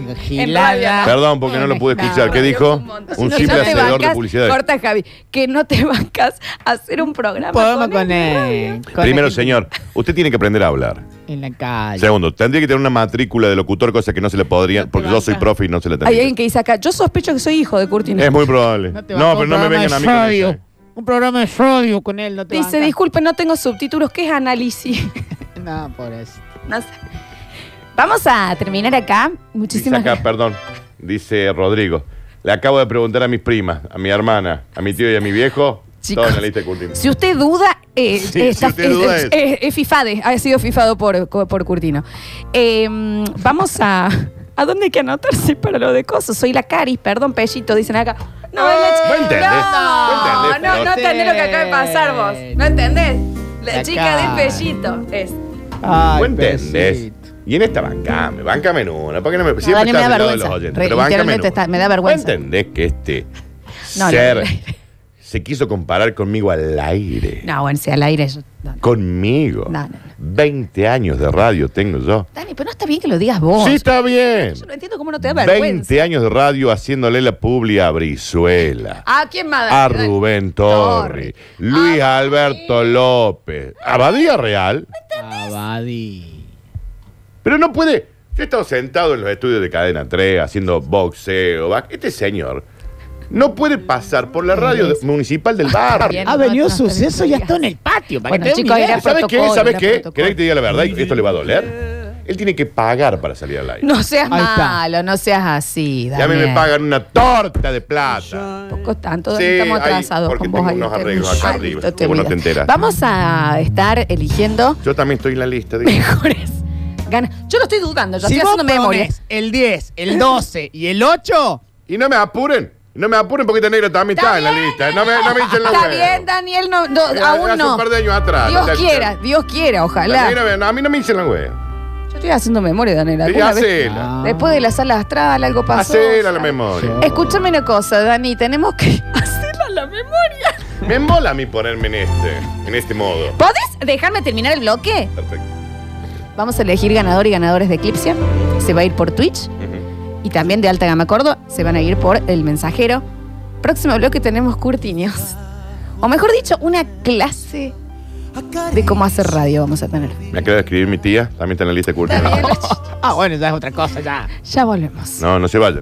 [SPEAKER 1] Perdón, porque no lo pude escuchar. ¿Qué dijo? Un
[SPEAKER 2] No,
[SPEAKER 1] simple
[SPEAKER 2] no te
[SPEAKER 1] hacedor de
[SPEAKER 2] bancas,
[SPEAKER 1] publicidad.
[SPEAKER 2] Corta, Javi. Que no te bancas a hacer un programa.
[SPEAKER 3] Podemos
[SPEAKER 2] con
[SPEAKER 3] con él. con
[SPEAKER 1] Primero,
[SPEAKER 3] él
[SPEAKER 1] señor, usted tiene que aprender a hablar.
[SPEAKER 3] En la calle.
[SPEAKER 1] Segundo, tendría que tener una matrícula de locutor, cosa que no se le podría, porque yo soy profe y no se la
[SPEAKER 2] Hay
[SPEAKER 1] tendría.
[SPEAKER 2] alguien que dice acá, yo sospecho que soy hijo de Curtino.
[SPEAKER 1] Es muy probable. No, pero no me vengan a mí. con eso. ¿eh?
[SPEAKER 3] Un programa de sodio con él, no te
[SPEAKER 2] Dice, disculpe, no tengo subtítulos, ¿qué es análisis? [LAUGHS]
[SPEAKER 3] No, por eso.
[SPEAKER 2] No sé. Vamos a terminar acá.
[SPEAKER 1] Dice
[SPEAKER 2] Muchísimas
[SPEAKER 1] acá, perdón, dice Rodrigo. Le acabo de preguntar a mis primas, a mi hermana, a mi tío y a mi viejo. Todo en la lista de Curtin.
[SPEAKER 2] Si usted duda, eh,
[SPEAKER 1] Sí,
[SPEAKER 2] está-
[SPEAKER 1] si usted duda
[SPEAKER 2] es,
[SPEAKER 1] es-
[SPEAKER 2] es- es fifade, ha sido fifado por, co- por Curtino. Eh, mm, vamos a. ¿A dónde hay que anotarse para lo de cosas? Soy la Caris, perdón, Pellito, dicen acá. No, es la
[SPEAKER 1] Buen
[SPEAKER 2] chica.
[SPEAKER 1] teléfono,
[SPEAKER 2] No,
[SPEAKER 1] buen
[SPEAKER 2] no,
[SPEAKER 1] teléfono.
[SPEAKER 2] no entendés lo que acaba de pasar vos. ¿No entendés? La,
[SPEAKER 1] La
[SPEAKER 2] chica de
[SPEAKER 1] Caris.
[SPEAKER 2] Pellito es.
[SPEAKER 1] ¿Vos entendés? Y en esta bancame, bancame en una. ¿Para qué no me.?
[SPEAKER 2] No,
[SPEAKER 1] Siempre
[SPEAKER 2] Dani, me
[SPEAKER 1] estás del
[SPEAKER 2] da
[SPEAKER 1] lado de los
[SPEAKER 2] vergüenza.
[SPEAKER 1] oyentes.
[SPEAKER 2] Re-
[SPEAKER 1] pero bancame en
[SPEAKER 2] literalmente
[SPEAKER 1] una.
[SPEAKER 2] está- me da vergüenza.
[SPEAKER 1] ¿Vos entendés que este
[SPEAKER 2] No, no,
[SPEAKER 1] ser
[SPEAKER 2] no.
[SPEAKER 1] se quiso comparar conmigo al aire?
[SPEAKER 2] No, bueno, si al aire. yo- no,
[SPEAKER 1] Conmigo.
[SPEAKER 2] no, no.
[SPEAKER 1] 20 años de radio tengo yo.
[SPEAKER 2] Dani, pero no está bien que lo digas vos.
[SPEAKER 1] Sí, está bien.
[SPEAKER 2] Yo no entiendo cómo no te da vergüenza.
[SPEAKER 1] 20 años de radio haciéndole la publia a Brizuela.
[SPEAKER 2] ¿A Ah, quién más?
[SPEAKER 1] a
[SPEAKER 2] Dani?
[SPEAKER 1] Rubén Torri, Luis
[SPEAKER 2] Ah,
[SPEAKER 1] Alberto López, Abadía Real.
[SPEAKER 3] Abadí.
[SPEAKER 1] Pero no puede. Yo he estado sentado en los estudios de Cadena 3 haciendo boxeo. back- Este señor no puede pasar por la radio de- municipal
[SPEAKER 2] Ah,
[SPEAKER 1] del barrio.
[SPEAKER 3] Ha venido suceso y ya está en el patio. para que
[SPEAKER 2] Bueno,
[SPEAKER 3] te dé una
[SPEAKER 2] chicos,
[SPEAKER 3] idea.
[SPEAKER 2] era
[SPEAKER 1] ¿Sabes qué?
[SPEAKER 2] protocolo,
[SPEAKER 1] ¿Sabes
[SPEAKER 2] era
[SPEAKER 1] qué?
[SPEAKER 2] protocolo.
[SPEAKER 1] ¿Querés que te diga la verdad? y ¿Esto le va a doler? Él tiene que pagar para salir al aire.
[SPEAKER 2] No seas
[SPEAKER 1] Ahí está.
[SPEAKER 2] malo, no seas así.
[SPEAKER 1] Y a mí
[SPEAKER 2] Daniel.
[SPEAKER 1] me pagan una torta de plata.
[SPEAKER 2] Tampoco tanto,
[SPEAKER 1] Sí,
[SPEAKER 2] estamos
[SPEAKER 1] ahí,
[SPEAKER 2] atrasados
[SPEAKER 1] porque
[SPEAKER 2] con vos
[SPEAKER 1] tengo
[SPEAKER 2] ahí.
[SPEAKER 1] unos
[SPEAKER 2] te-
[SPEAKER 1] arreglos acá arriba,
[SPEAKER 2] Maldito,
[SPEAKER 1] que vos no
[SPEAKER 2] olvidas.
[SPEAKER 1] te enterás.
[SPEAKER 2] Vamos a estar eligiendo [LAUGHS]
[SPEAKER 1] Yo también estoy en la lista. digo.
[SPEAKER 2] ganas. Yo lo estoy dudando, yo
[SPEAKER 3] Si
[SPEAKER 2] estoy
[SPEAKER 3] vos
[SPEAKER 2] haciendo memoria.
[SPEAKER 3] pones el 10, el 12 y el 8,
[SPEAKER 1] Y no me apuren. No me apuren porque este negro también está, en la lista. No me, Eh, no me hinchen la
[SPEAKER 2] Está
[SPEAKER 1] hueá.
[SPEAKER 2] bien, Daniel, no, no,
[SPEAKER 1] Hace
[SPEAKER 2] aún no.
[SPEAKER 1] un par de años atrás.
[SPEAKER 2] Dios
[SPEAKER 1] La- la-
[SPEAKER 2] quiera, Dios quiera,
[SPEAKER 1] La
[SPEAKER 2] ojalá.
[SPEAKER 1] negra, no, a mí no me hinchen la hueá.
[SPEAKER 2] Yo estoy haciendo memoria, Daniel.
[SPEAKER 1] Sí,
[SPEAKER 2] alguna vez-
[SPEAKER 1] hacela.
[SPEAKER 2] Después de la sala astral algo pasó.
[SPEAKER 1] Hacela la memoria.
[SPEAKER 2] Escúchame una cosa, Dani, tenemos que... [LAUGHS]
[SPEAKER 1] Me embola a mí ponerme en este, en este modo.
[SPEAKER 2] ¿Podés dejarme terminar el bloque?
[SPEAKER 1] Perfecto.
[SPEAKER 2] Vamos a elegir ganador y ganadores de Eclipse. Se va a ir por Twitch y también de Alta Gama Cordo. Se van a ir por El Mensajero. Próximo bloque tenemos Curtinios. O mejor dicho, una clase de cómo hacer radio vamos a tener.
[SPEAKER 1] Me acaba de escribir mi tía, también está en la lista de cursos.
[SPEAKER 3] ah, bueno, ya es otra cosa, ya.
[SPEAKER 2] Ya volvemos.
[SPEAKER 1] No, no se vaya.